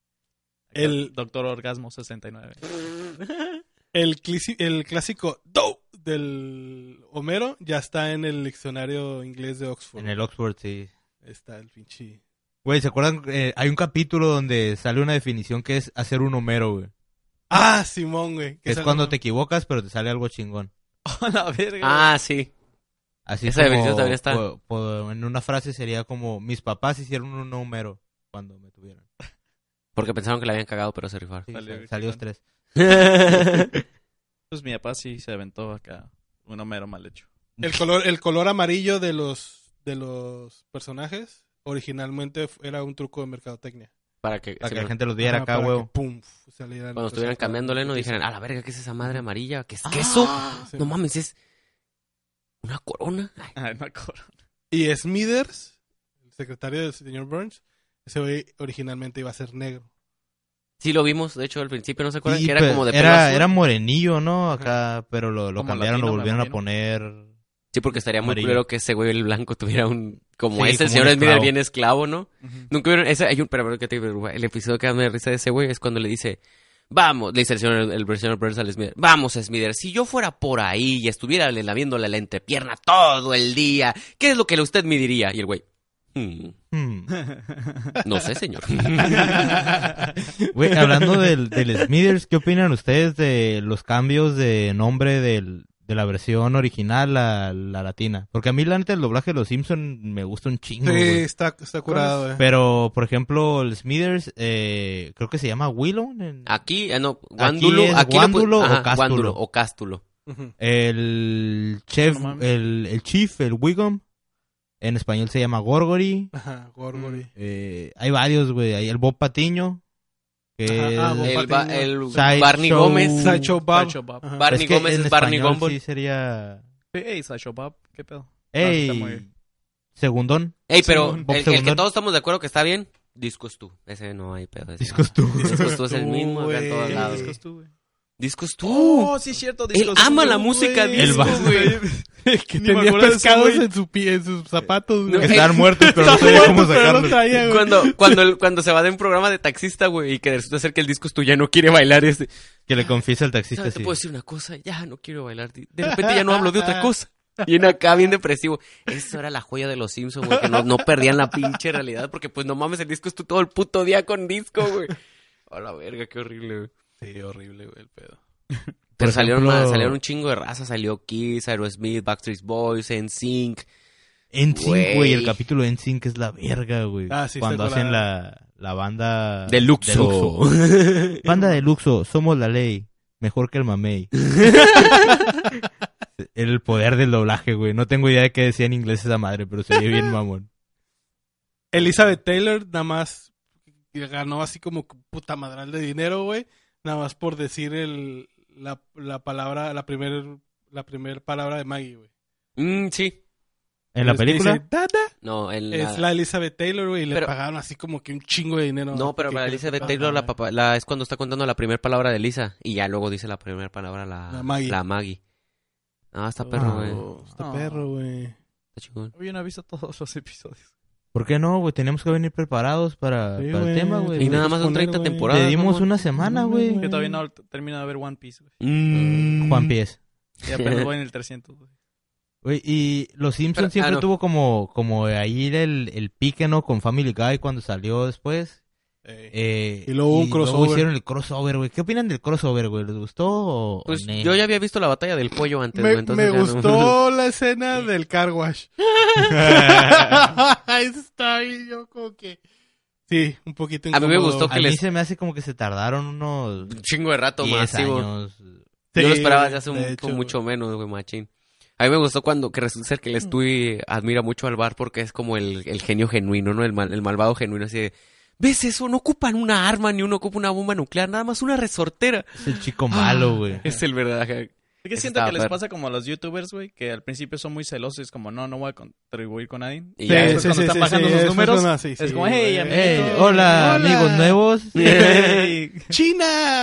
Speaker 3: El-
Speaker 4: Doctor Orgasmo 69.
Speaker 3: El, clisi- el clásico do del Homero ya está en el diccionario inglés de Oxford.
Speaker 1: En el Oxford, sí.
Speaker 3: Está el pinche...
Speaker 1: Güey, ¿se acuerdan? Eh, hay un capítulo donde sale una definición que es hacer un homero, güey.
Speaker 3: Ah, Simón, güey. que
Speaker 1: Que es
Speaker 3: sale-
Speaker 1: cuando te equivocas, pero te sale algo chingón.
Speaker 4: A la verga.
Speaker 2: Ah, sí.
Speaker 1: Así
Speaker 2: Esa
Speaker 1: como,
Speaker 2: definición también está.
Speaker 1: po- po- en una frase sería como, mis papás hicieron un homero cuando me tuvieron.
Speaker 2: Porque pensaron que la habían cagado, pero se rifaron.
Speaker 1: Sí,
Speaker 4: Salió
Speaker 1: sal-
Speaker 4: bien
Speaker 1: salió
Speaker 4: chingón.
Speaker 1: tres.
Speaker 4: Pues mi papá sí se aventó acá. Un homero mal hecho.
Speaker 3: El color, el color amarillo de los, de los personajes originalmente f- era un truco de mercadotecnia.
Speaker 2: Para que,
Speaker 1: Para
Speaker 2: sí,
Speaker 1: que la
Speaker 2: bueno,
Speaker 1: gente los viera
Speaker 3: Ajá,
Speaker 1: acá,
Speaker 3: para que,
Speaker 1: huevo.
Speaker 3: pum, f- salieran
Speaker 2: cuando
Speaker 3: los
Speaker 2: estuvieran
Speaker 3: personajes.
Speaker 2: cambiándole, no
Speaker 3: Sí,
Speaker 2: dijeran, a la verga, ¿qué es esa madre amarilla? ¿Qué es queso?
Speaker 3: ¡Ah! Sí.
Speaker 2: No mames, es una corona. Ay,
Speaker 4: Ay, no acuerdo.
Speaker 3: Y Smithers, el secretario del señor Burns, ese güey originalmente iba a ser negro.
Speaker 2: Sí, lo vimos, de hecho, al principio, ¿no se acuerdan?
Speaker 1: Sí,
Speaker 2: que era
Speaker 1: pues,
Speaker 2: como de pelo
Speaker 1: era,
Speaker 2: azul.
Speaker 1: era morenillo, ¿no? Acá, pero lo, lo
Speaker 4: Como
Speaker 1: cambiaron,
Speaker 4: latino,
Speaker 1: lo
Speaker 4: me
Speaker 1: volvieron a
Speaker 4: imagino.
Speaker 1: poner...
Speaker 2: Sí, porque estaría muy
Speaker 1: amarillo.
Speaker 2: culero que ese güey el blanco tuviera un... Como
Speaker 1: Sí,
Speaker 2: ese, el
Speaker 1: como
Speaker 2: señor
Speaker 1: un
Speaker 2: Smith
Speaker 1: esclavo.
Speaker 2: bien esclavo, ¿no? Nunca vieron ese... Hay un... Pero, pero, que te digo, el episodio que más me da risa de ese güey es cuando le dice... Vamos, le dice el señor, el señor Burns al Smither. Vamos, Smither, si yo fuera por ahí y estuviera lamiéndole la entrepierna todo el día, ¿qué es lo que usted me diría? Y el güey... "Hmm,
Speaker 1: Hmm.
Speaker 2: no sé, señor.
Speaker 1: Güey, hablando del, del Smithers, ¿qué opinan ustedes de los cambios de nombre del, de la versión original a la latina? Porque a mí, la neta, el doblaje de Los Simpson me gusta un
Speaker 3: Sí,
Speaker 1: chingo, güey.
Speaker 3: está, está curado, eh. güey.
Speaker 1: Pero, por ejemplo, el Smithers, eh, creo que se llama Willow. en-
Speaker 2: Aquí, ah, no, Guándulo...
Speaker 1: es
Speaker 2: Aquí, lo pu-
Speaker 1: Guándulo o
Speaker 2: ajá,
Speaker 1: Cástulo.
Speaker 2: Guándulo o Cástulo.
Speaker 3: Ujú.
Speaker 1: El chef,
Speaker 4: No mames.
Speaker 1: el, el chief, el Wiggum, en español se llama Gorgory.
Speaker 3: Ajá,
Speaker 2: Mm.
Speaker 3: Gorgory.
Speaker 1: Eh, hay varios, güey. Hay el Bob Patiño, que
Speaker 3: Ajá, ah,
Speaker 1: es-
Speaker 3: Bob
Speaker 2: El, ba- el
Speaker 1: Sideshow-
Speaker 2: Barney Gómez.
Speaker 3: Sideshow Bob.
Speaker 4: Sideshow Bob.
Speaker 3: Ajá.
Speaker 2: Barney
Speaker 1: que
Speaker 2: Gómez
Speaker 1: en
Speaker 2: es Barney
Speaker 1: español
Speaker 2: Gumbel.
Speaker 1: Sí sería...
Speaker 4: Ey, Sideshow Bob, ¿qué pedo? No, sí está muy
Speaker 1: ¡Ey!
Speaker 4: bien.
Speaker 1: Segundón.
Speaker 2: Ey, pero
Speaker 1: Simón, Bob
Speaker 2: el, el que
Speaker 1: Segundón.
Speaker 2: todos estamos de acuerdo que está bien Discos tú. Ese no hay pedo. ese.
Speaker 1: Discos tú.
Speaker 2: Discos tú es el mismo acá en todos
Speaker 3: Güey.
Speaker 2: lados.
Speaker 4: Discos tú, güey.
Speaker 2: Discos tú.
Speaker 4: Oh, sí es cierto.
Speaker 2: Él
Speaker 4: discos
Speaker 2: ama
Speaker 4: tú,
Speaker 2: la
Speaker 4: güey.
Speaker 2: música
Speaker 1: El
Speaker 2: disco,
Speaker 1: vaso.
Speaker 2: güey.
Speaker 3: que
Speaker 1: tenía pescados
Speaker 3: en, su pie- en sus zapatos,
Speaker 1: Que
Speaker 3: güey.
Speaker 1: están muertos, pero no sabía cómo sacarlos.
Speaker 2: Cuando, cuando, el- cuando se va de un programa de taxista, güey, y que resulta ser que el disco es tuyo, ya no quiere bailar. y Este,
Speaker 1: Que le confiesa el
Speaker 2: "Solo
Speaker 1: taxista
Speaker 2: te
Speaker 1: sí.
Speaker 2: puedo decir una cosa, ya no quiero bailar. di- De repente ya no hablo de otra cosa. Y en acá bien depresivo. Eso era la joya de los Simpsons, güey, que no, no perdían la pinche realidad, porque pues no mames, el disco es tú todo el puto día con disco, güey. A la verga, qué horrible, güey.
Speaker 3: Sí, horrible, güey, el pedo.
Speaker 2: Pero
Speaker 1: Por
Speaker 2: salieron,
Speaker 1: ejemplo-
Speaker 2: más- salieron un chingo de raza, salió Kiss, Aerosmith, Backstreet Boys, NSYNC.
Speaker 1: En sync, güey,
Speaker 2: Güey.
Speaker 1: el capítulo en sync es la verga, güey.
Speaker 3: Ah, sí, está
Speaker 1: Cuando hacen la,
Speaker 3: colada.
Speaker 1: la banda
Speaker 2: De Luxo.
Speaker 1: Luxo. Banda de Luxo, somos la ley, mejor que el mamey. el poder del doblaje, güey. No tengo idea de qué decía en inglés esa madre, pero se oye bien mamón.
Speaker 3: Elizabeth Taylor nada más ganó así como puta madral de dinero, güey. Nada más por decir el, la, la palabra, la primer, la primer palabra de Maggie, güey.
Speaker 2: Mm, sí.
Speaker 1: En la
Speaker 3: Pues Es que
Speaker 1: película,
Speaker 3: dice, "Dada",
Speaker 2: No, en la-
Speaker 3: Es la Elizabeth Taylor, güey, y le
Speaker 2: Pero-
Speaker 3: pagaron así como que un chingo de dinero.
Speaker 2: No, pero
Speaker 3: Que-
Speaker 2: para
Speaker 3: que le
Speaker 2: Elizabeth
Speaker 3: tocaron,
Speaker 2: Taylor la,
Speaker 3: güey.
Speaker 2: papa- la- es cuando está contando la primera palabra de Lisa y ya luego dice la primera palabra la,
Speaker 3: La Maggie.
Speaker 2: Maggie. Ah, está
Speaker 3: Oh,
Speaker 2: perro, güey.
Speaker 3: Está
Speaker 4: Ah.
Speaker 3: perro, güey.
Speaker 2: Está chingón.
Speaker 4: Oye, no he visto todos los episodios.
Speaker 1: ¿por qué no, güey? Tenemos que venir preparados para,
Speaker 3: Sí,
Speaker 1: para el
Speaker 3: güey.
Speaker 1: tema, güey.
Speaker 2: Y nada
Speaker 3: que
Speaker 2: más son
Speaker 3: poner,
Speaker 2: 30
Speaker 3: güey.
Speaker 2: temporadas.
Speaker 1: Te dimos
Speaker 2: mamón.
Speaker 1: una semana,
Speaker 3: No,
Speaker 1: güey.
Speaker 4: Que todavía no termino de ver One Piece, güey.
Speaker 2: Mm.
Speaker 1: Juan Pies.
Speaker 4: Y apenas voy en el 300, güey.
Speaker 1: Güey, y los
Speaker 2: Pero-
Speaker 1: Simpsons
Speaker 2: ah,
Speaker 1: siempre
Speaker 2: no.
Speaker 1: tuvo como, como ahí el, el pique, ¿no? Con Family Guy cuando salió después.
Speaker 3: Ey.
Speaker 1: Eh,
Speaker 3: Y luego un crossover.
Speaker 1: hicieron el crossover, güey. ¿Qué opinan del crossover, güey? ¿Les gustó o- o
Speaker 2: Pues
Speaker 1: ne?
Speaker 2: yo ya había visto la batalla del pollo antes, güey,
Speaker 3: Me,
Speaker 2: entonces ya
Speaker 3: me
Speaker 2: no.
Speaker 3: gustó la escena del car wash. Eso está bien, yo como que... Sí, un poquito
Speaker 2: A mí me
Speaker 3: incómodo.
Speaker 2: gustó
Speaker 1: A
Speaker 2: que
Speaker 1: mí
Speaker 2: les-
Speaker 1: se me hace como que se tardaron unos
Speaker 2: Un chingo de rato
Speaker 1: 10
Speaker 2: masivo.
Speaker 1: años.
Speaker 2: Yo lo
Speaker 3: Sí,
Speaker 2: esperaba desde hace
Speaker 3: de
Speaker 2: un-
Speaker 3: hecho,
Speaker 2: mucho menos, güey, machín. A mí me gustó cuando que resulta ser que el Stewie admira mucho al bar porque es como el, el genio genuino, ¿no? El, mal- el malvado genuino, así de... ¿Ves eso? No ocupan una arma ni uno ocupa una bomba nuclear, nada más una resortera.
Speaker 1: Es el chico
Speaker 3: Ah.
Speaker 1: malo, güey.
Speaker 3: Eh,
Speaker 2: Es el verdadero.
Speaker 4: Es que
Speaker 2: Eso
Speaker 4: siento
Speaker 2: estaba
Speaker 4: que les
Speaker 2: perro.
Speaker 4: pasa como a los youtubers, güey, que al principio son muy celosos. Es como, no, no voy a contribuir con nadie.
Speaker 2: Y
Speaker 3: Sí,
Speaker 2: ya
Speaker 3: sí,
Speaker 4: después
Speaker 3: sí,
Speaker 4: cuando
Speaker 3: sí,
Speaker 4: están
Speaker 3: sí,
Speaker 4: bajando
Speaker 3: sí,
Speaker 4: sus
Speaker 3: eso
Speaker 4: números,
Speaker 3: suena así,
Speaker 4: es
Speaker 3: sí,
Speaker 4: como, hey,
Speaker 3: güey.
Speaker 4: amigo.
Speaker 1: Hey, hola, amigos nuevos.
Speaker 4: Hey.
Speaker 3: China,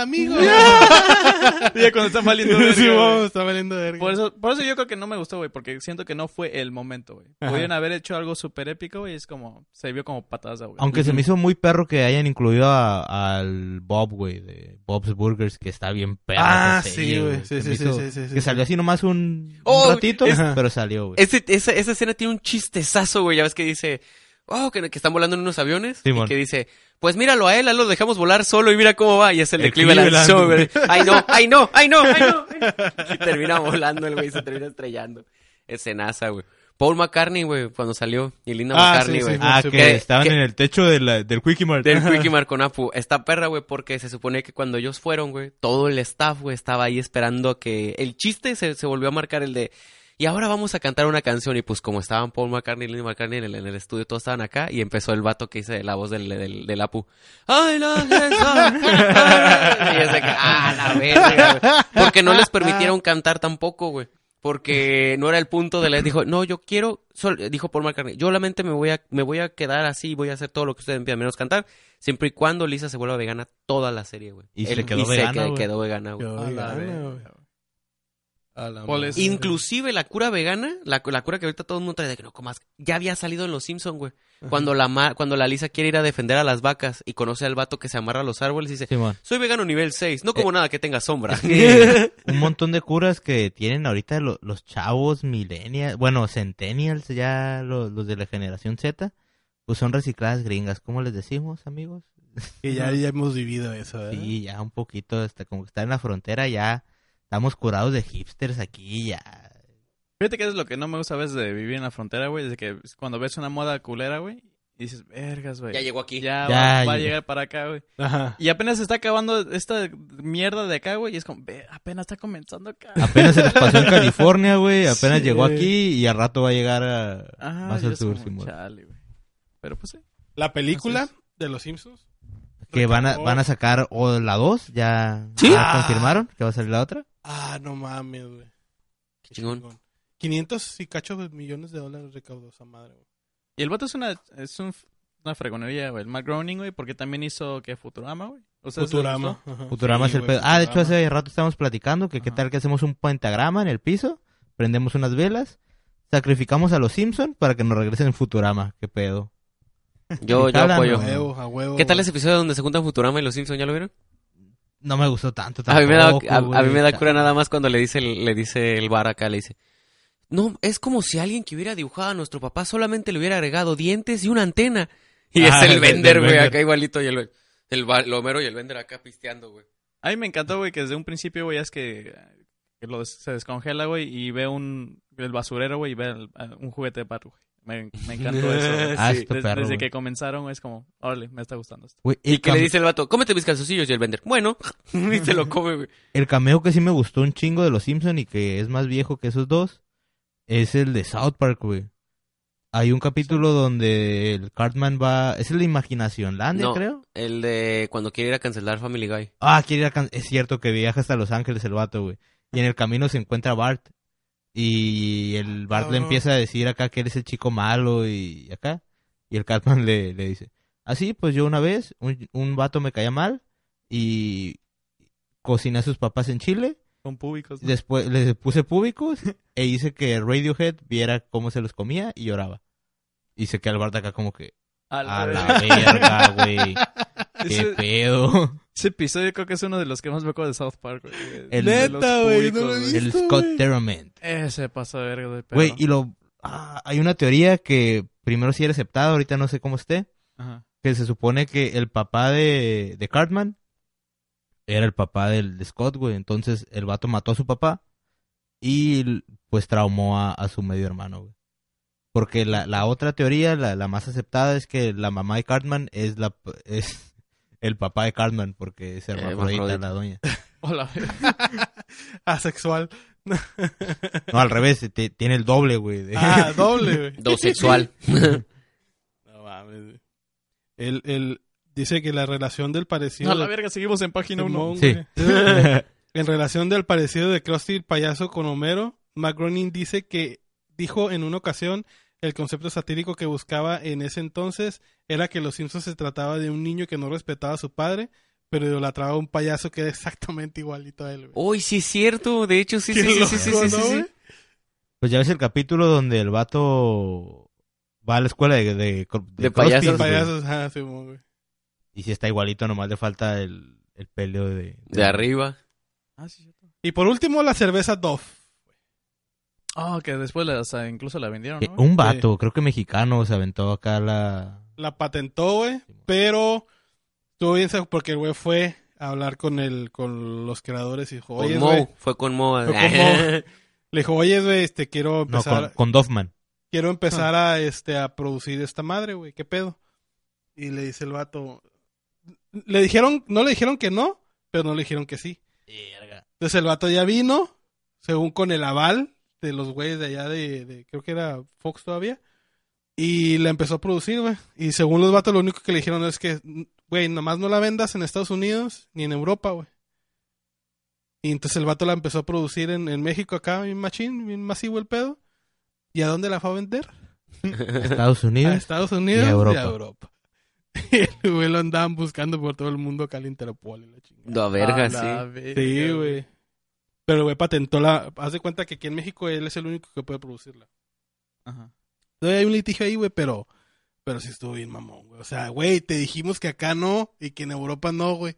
Speaker 3: amigo.
Speaker 4: ya cuando están valiendo verga,
Speaker 3: Sí,
Speaker 4: güey.
Speaker 3: vamos, está valiendo verga.
Speaker 4: por eso, por eso yo creo que no me gustó, güey, porque siento que no fue el momento, güey.
Speaker 3: Ajá.
Speaker 4: Pudieron haber hecho algo súper épico, güey, y es como, se vio como patadas,
Speaker 3: Pues
Speaker 4: güey.
Speaker 1: Aunque se me hizo muy perro que hayan incluido a- al Bob, güey, de Bob's Burgers, que está bien perro.
Speaker 3: Ah,
Speaker 1: esa
Speaker 3: sí,
Speaker 1: serie,
Speaker 3: güey. Sí,
Speaker 1: Se
Speaker 3: sí,
Speaker 1: me
Speaker 3: sí,
Speaker 1: hizo
Speaker 3: sí, sí, sí.
Speaker 1: Que salió así nomás un, un
Speaker 2: Oh,
Speaker 1: ratito,
Speaker 3: es-
Speaker 1: pero salió, güey.
Speaker 2: Ese- esa, esa escena tiene un chistezazo, güey. Ya ves que dice, oh, que, que están volando en unos aviones.
Speaker 1: Simón.
Speaker 2: Y que dice, pues míralo a él, a él lo dejamos volar solo y mira cómo va. Y es el de
Speaker 1: El
Speaker 2: Cleveland.
Speaker 1: Cleveland,
Speaker 2: Show,
Speaker 1: güey.
Speaker 2: güey. Ay, no, ay, no, ay, no, ay, no. ay, no. Y termina volando el güey, se termina estrellando. Escenaza, güey. Paul McCartney, güey, cuando salió. Y Linda
Speaker 3: Ah,
Speaker 2: McCartney,
Speaker 3: sí,
Speaker 2: güey.
Speaker 3: sí.
Speaker 1: Ah, que
Speaker 2: Que-
Speaker 1: estaban
Speaker 2: que-
Speaker 1: en el techo de la- del Quickie Mart.
Speaker 2: Del Quickie Mart con Apu. Esta perra, güey, porque se supone que cuando ellos fueron, güey, todo el staff, güey, estaba ahí esperando a que... El chiste se, se volvió a marcar el de... Y ahora vamos a cantar una canción. Y pues como estaban Paul McCartney y Lenny McCartney en el, en el estudio, todos estaban acá. Y empezó el vato que hice la voz del, del, del Apu. ¡Ay, la Y yo sé que, ¡ah, la verga, güey! Porque no les permitieron cantar tampoco, güey. Porque no era el punto de la... Dijo, no, yo quiero... sol- Dijo Paul McCartney, yo solamente me voy a, me voy a quedar así y voy a hacer todo lo que ustedes me pidan, menos cantar. Siempre y cuando Lisa se vuelva vegana toda la serie, güey.
Speaker 1: Y
Speaker 2: Él-
Speaker 1: se quedó
Speaker 2: y
Speaker 1: vegana,
Speaker 2: qued-
Speaker 1: güey.
Speaker 2: quedó vegana, güey.
Speaker 3: Yo,
Speaker 4: A la
Speaker 3: gana,
Speaker 4: verga,
Speaker 3: güey.
Speaker 4: A la Paul es-
Speaker 2: Inclusive la cura vegana, la, la cura que ahorita todo el mundo trae de que no comas, ya había salido en Los Simpsons, güey. Cuando la, ma- cuando la Lisa quiere ir a defender a las vacas y conoce al vato que se amarra a los árboles y dice,
Speaker 1: Simón.
Speaker 2: soy vegano nivel 6, no como nada que tenga sombra.
Speaker 1: que un montón de curas que tienen ahorita lo- los chavos millennials, bueno, centennials ya lo- los de la generación Z, pues son recicladas gringas, ¿cómo les decimos, amigos?
Speaker 3: Que ya, ya hemos vivido eso, ¿eh? ¿verdad?
Speaker 1: Sí, ya un poquito, hasta como que está en la frontera, ya estamos curados de hipsters aquí, ya.
Speaker 4: Fíjate que es lo que no me gusta a veces de vivir en la frontera, güey, es que cuando ves una moda culera, güey, y dices, vergas, güey.
Speaker 2: ya llegó aquí.
Speaker 4: Ya,
Speaker 1: Ya
Speaker 4: va, va a
Speaker 1: llegó.
Speaker 4: llegar para acá, güey.
Speaker 3: Ajá.
Speaker 4: Y apenas se está acabando esta mierda de acá, güey, y es como, "Ve, apenas está comenzando acá.
Speaker 1: Apenas se les pasó en California, güey, apenas
Speaker 3: Sí.
Speaker 1: llegó aquí y al rato va a llegar Ah, a
Speaker 3: Ah,
Speaker 4: Ajá,
Speaker 1: más
Speaker 4: yo
Speaker 1: al
Speaker 4: Ah, es
Speaker 1: sur,
Speaker 4: como,
Speaker 1: Simón.
Speaker 4: chale, güey. Pero pues sí.
Speaker 3: La película
Speaker 4: Así
Speaker 3: de los Simpsons.
Speaker 1: Que van
Speaker 3: Oh.
Speaker 1: a, van a sacar o la 2, ya, ya confirmaron que va a salir la otra.
Speaker 3: Ah, no mames, güey. Qué
Speaker 2: chingón.
Speaker 3: 500 y cacho de millones de dólares recaudó esa madre, güey.
Speaker 4: Y el vato es una es un una fregonería, güey. El Matt Groening, güey, porque también hizo, ¿qué? Futurama, güey. ¿A ustedes les
Speaker 3: Futurama.
Speaker 4: gustó?
Speaker 3: ajá.
Speaker 1: Futurama
Speaker 3: Sí,
Speaker 1: es el
Speaker 3: güey,
Speaker 1: pedo. Ah, de hecho,
Speaker 3: Futurama.
Speaker 1: hace rato estábamos platicando que qué
Speaker 4: Ajá.
Speaker 1: tal que hacemos un pentagrama en el piso, prendemos unas velas, sacrificamos a los Simpson para que nos regresen en Futurama. Qué pedo.
Speaker 2: Yo, yo
Speaker 1: Jala,
Speaker 2: apoyo.
Speaker 1: no.
Speaker 3: A huevo, a huevo.
Speaker 2: ¿Qué tal
Speaker 3: güey.
Speaker 2: ese episodio donde se juntan Futurama y los Simpsons? ¿Ya lo vieron?
Speaker 1: No me gustó tanto.
Speaker 2: A mí me da,
Speaker 1: tampoco,
Speaker 2: a, a mí
Speaker 1: güey.
Speaker 2: me da cura nada más cuando le dice, el- le dice el bar acá, le dice... No, es como si alguien que hubiera dibujado a nuestro papá solamente le hubiera agregado dientes y una antena. Y
Speaker 1: Ah,
Speaker 2: es
Speaker 1: del-
Speaker 2: el vender,
Speaker 1: del
Speaker 2: güey,
Speaker 1: Bender.
Speaker 2: acá igualito. Y el, el, bar- el Homero y el vender acá pisteando, güey.
Speaker 4: A mí me encantó, güey, que desde un principio, güey, es que, que lo des- se descongela, güey, y ve un el basurero, güey, y ve el- a- un juguete de pato, güey. Me, me encantó eso. güey.
Speaker 1: Ah,
Speaker 2: Sí,
Speaker 1: este
Speaker 4: Des-
Speaker 1: perro,
Speaker 4: desde
Speaker 1: güey.
Speaker 4: que comenzaron, güey, es como, órale, me está gustando esto.
Speaker 1: Güey, el,
Speaker 2: ¿Y qué le
Speaker 1: cam-
Speaker 2: dice el vato? Cómete mis calzoncillos y el vender. Bueno, y se lo come, güey.
Speaker 1: el cameo que sí me gustó un chingo de los Simpson y que es más viejo que esos dos es el de South Park, güey. Hay un capítulo donde el Cartman va... Es el de Imaginación Landia,
Speaker 2: No.
Speaker 1: creo.
Speaker 2: El de cuando quiere ir a cancelar Family Guy.
Speaker 1: Ah, quiere ir a Can- Es cierto que viaja hasta Los Ángeles el vato, güey. Y en el camino se encuentra a Bart. Y el Bart le
Speaker 3: Cabrón.
Speaker 1: empieza a decir acá que eres el chico malo y acá. Y el Cartman le, le dice, así, pues yo una vez, un, un vato me caía mal y cociné a sus papás en Chile.
Speaker 4: Con públicos. ¿no?
Speaker 1: Después les puse públicos e hice que Radiohead viera cómo se los comía y lloraba. Y se queda el Bart acá como que,
Speaker 4: A la
Speaker 1: a la
Speaker 4: verga.
Speaker 1: verga, güey. Qué
Speaker 4: Ese,
Speaker 1: pedo.
Speaker 4: ese episodio creo que es uno de los que más me acuerdo de South Park, güey.
Speaker 1: El-
Speaker 4: De los
Speaker 3: Neta, güey,
Speaker 4: públicos,
Speaker 3: no lo he
Speaker 4: güey.
Speaker 1: El
Speaker 3: Listo,
Speaker 1: Scott
Speaker 3: güey.
Speaker 1: Terrament.
Speaker 4: Ese paso de verga de perro.
Speaker 1: Güey, y lo... ah, hay una teoría que primero sí era aceptada, ahorita no sé cómo esté,
Speaker 4: Ajá.
Speaker 1: que se supone que el papá de, de Cartman era el papá del de Scott, güey. Entonces el vato mató a su papá y l- pues traumó a, a su medio hermano, güey. Porque la, la otra teoría, la, la más aceptada, es que la mamá de Cartman es la p- es el papá de Cartman, porque es hermafrodita
Speaker 2: hermafrodita.
Speaker 1: la doña.
Speaker 4: Hola, güey.
Speaker 3: Asexual.
Speaker 1: No, al revés, te- tiene el doble, güey. de-
Speaker 3: Ah, doble, güey.
Speaker 2: Dosexual.
Speaker 3: No mames, güey. El, el, dice que la relación del parecido.
Speaker 4: A la
Speaker 3: de-
Speaker 4: verga, seguimos en página 1.
Speaker 3: Simón,
Speaker 1: Sí.
Speaker 3: güey. En relación del parecido de Krusty el payaso con Homero, McGroening dice que dijo en una ocasión el concepto satírico que buscaba en ese entonces era que los Simpsons se trataba de un niño que no respetaba a su padre, pero idolatraba a un payaso que era exactamente igualito a él. güey.
Speaker 2: Uy, sí es cierto. De hecho, Oh, sí,
Speaker 3: Qué
Speaker 2: sí, sí,
Speaker 3: loco,
Speaker 2: sí, sí,
Speaker 3: ¿no,
Speaker 2: sí, sí,
Speaker 3: güey?
Speaker 2: sí.
Speaker 1: Pues ya ves el capítulo donde el vato va a la escuela de... De, de Crosby, güey.
Speaker 2: payasos.
Speaker 3: De payasos, ajá, Simón, güey.
Speaker 1: Y si está igualito, nomás le falta el, el pelo de...
Speaker 2: De arriba.
Speaker 4: Ah, sí, cierto.
Speaker 3: Y por último, la cerveza Dove.
Speaker 4: Ah, que después la- o sea, incluso la vendieron,
Speaker 1: Eh,
Speaker 4: ¿no?
Speaker 1: Un vato, creo que mexicano, se aventó acá la...
Speaker 3: La patentó, güey, pero estuvo bien sa- porque el güey fue a hablar con el con los creadores y dijo, oye,
Speaker 2: Con
Speaker 3: güey,
Speaker 2: Mo. Fue con Mo.
Speaker 3: Fue con Mo. le dijo, oye, güey, este, quiero
Speaker 1: No,
Speaker 3: empezar...
Speaker 1: con, Ah. con Doffman.
Speaker 3: quiero empezar a, este, a producir esta madre, güey, ¿qué pedo? Y le dice el vato, le dijeron, no le dijeron que no, pero no le dijeron que sí. Entonces el vato ya vino, según con el aval de los güeyes de allá de, de- creo que era Fox todavía, y la empezó a producir, güey. Y según los vatos lo único que le dijeron es que, güey, nomás no la vendas en Estados Unidos ni en Europa, güey. Y entonces el vato la empezó a producir en, en México acá, bien machín, bien masivo el pedo. ¿Y a dónde la fue a vender?
Speaker 1: Estados
Speaker 3: a
Speaker 1: Unidos.
Speaker 3: Estados Unidos
Speaker 1: y a
Speaker 3: y a
Speaker 1: Europa.
Speaker 3: Europa. Y el güey lo andaban buscando por todo el mundo acá al Interpol y la chingada.
Speaker 2: Da
Speaker 4: A
Speaker 2: verga,
Speaker 4: Ah, la
Speaker 2: sí.
Speaker 4: verga,
Speaker 3: Sí, güey. Pero el güey patentó la... Haz de cuenta que aquí en México él es el único que puede producirla.
Speaker 4: Ajá.
Speaker 3: Todavía hay un litigio ahí, güey, pero... Pero sí estuvo bien mamón, güey. O sea, güey, te dijimos que acá no y que en Europa no, güey.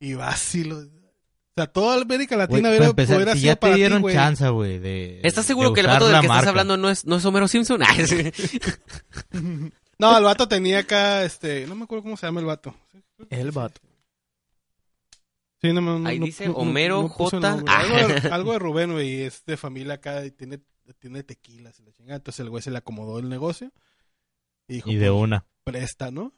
Speaker 3: Y vacilo. O sea, toda América
Speaker 1: Güey,
Speaker 3: Latina
Speaker 1: para
Speaker 3: hubiera,
Speaker 1: empezar,
Speaker 3: hubiera
Speaker 1: si
Speaker 3: sido
Speaker 1: ya te
Speaker 3: para ti,
Speaker 1: dieron
Speaker 3: güey.
Speaker 1: chance, güey, de...
Speaker 2: ¿Estás
Speaker 1: de
Speaker 2: seguro que el vato
Speaker 1: usar
Speaker 2: del
Speaker 1: la
Speaker 2: que estás
Speaker 1: marca?
Speaker 2: hablando no es, no es Homero Simpson? Ah, sí.
Speaker 3: No, el vato tenía acá, este... No me acuerdo cómo se llama el vato.
Speaker 4: El vato.
Speaker 3: Sí, no, no, no,
Speaker 2: Ahí
Speaker 3: no,
Speaker 2: dice
Speaker 3: no, no,
Speaker 2: Homero
Speaker 3: no puso el
Speaker 2: J. Ah.
Speaker 3: nombre. Algo, de, algo de Rubén, güey, es de familia acá y tiene, tiene tequilas y la chingada. Entonces el güey se le acomodó el negocio y dijo,
Speaker 1: Y de
Speaker 3: pues,
Speaker 1: una.
Speaker 3: presta, ¿no?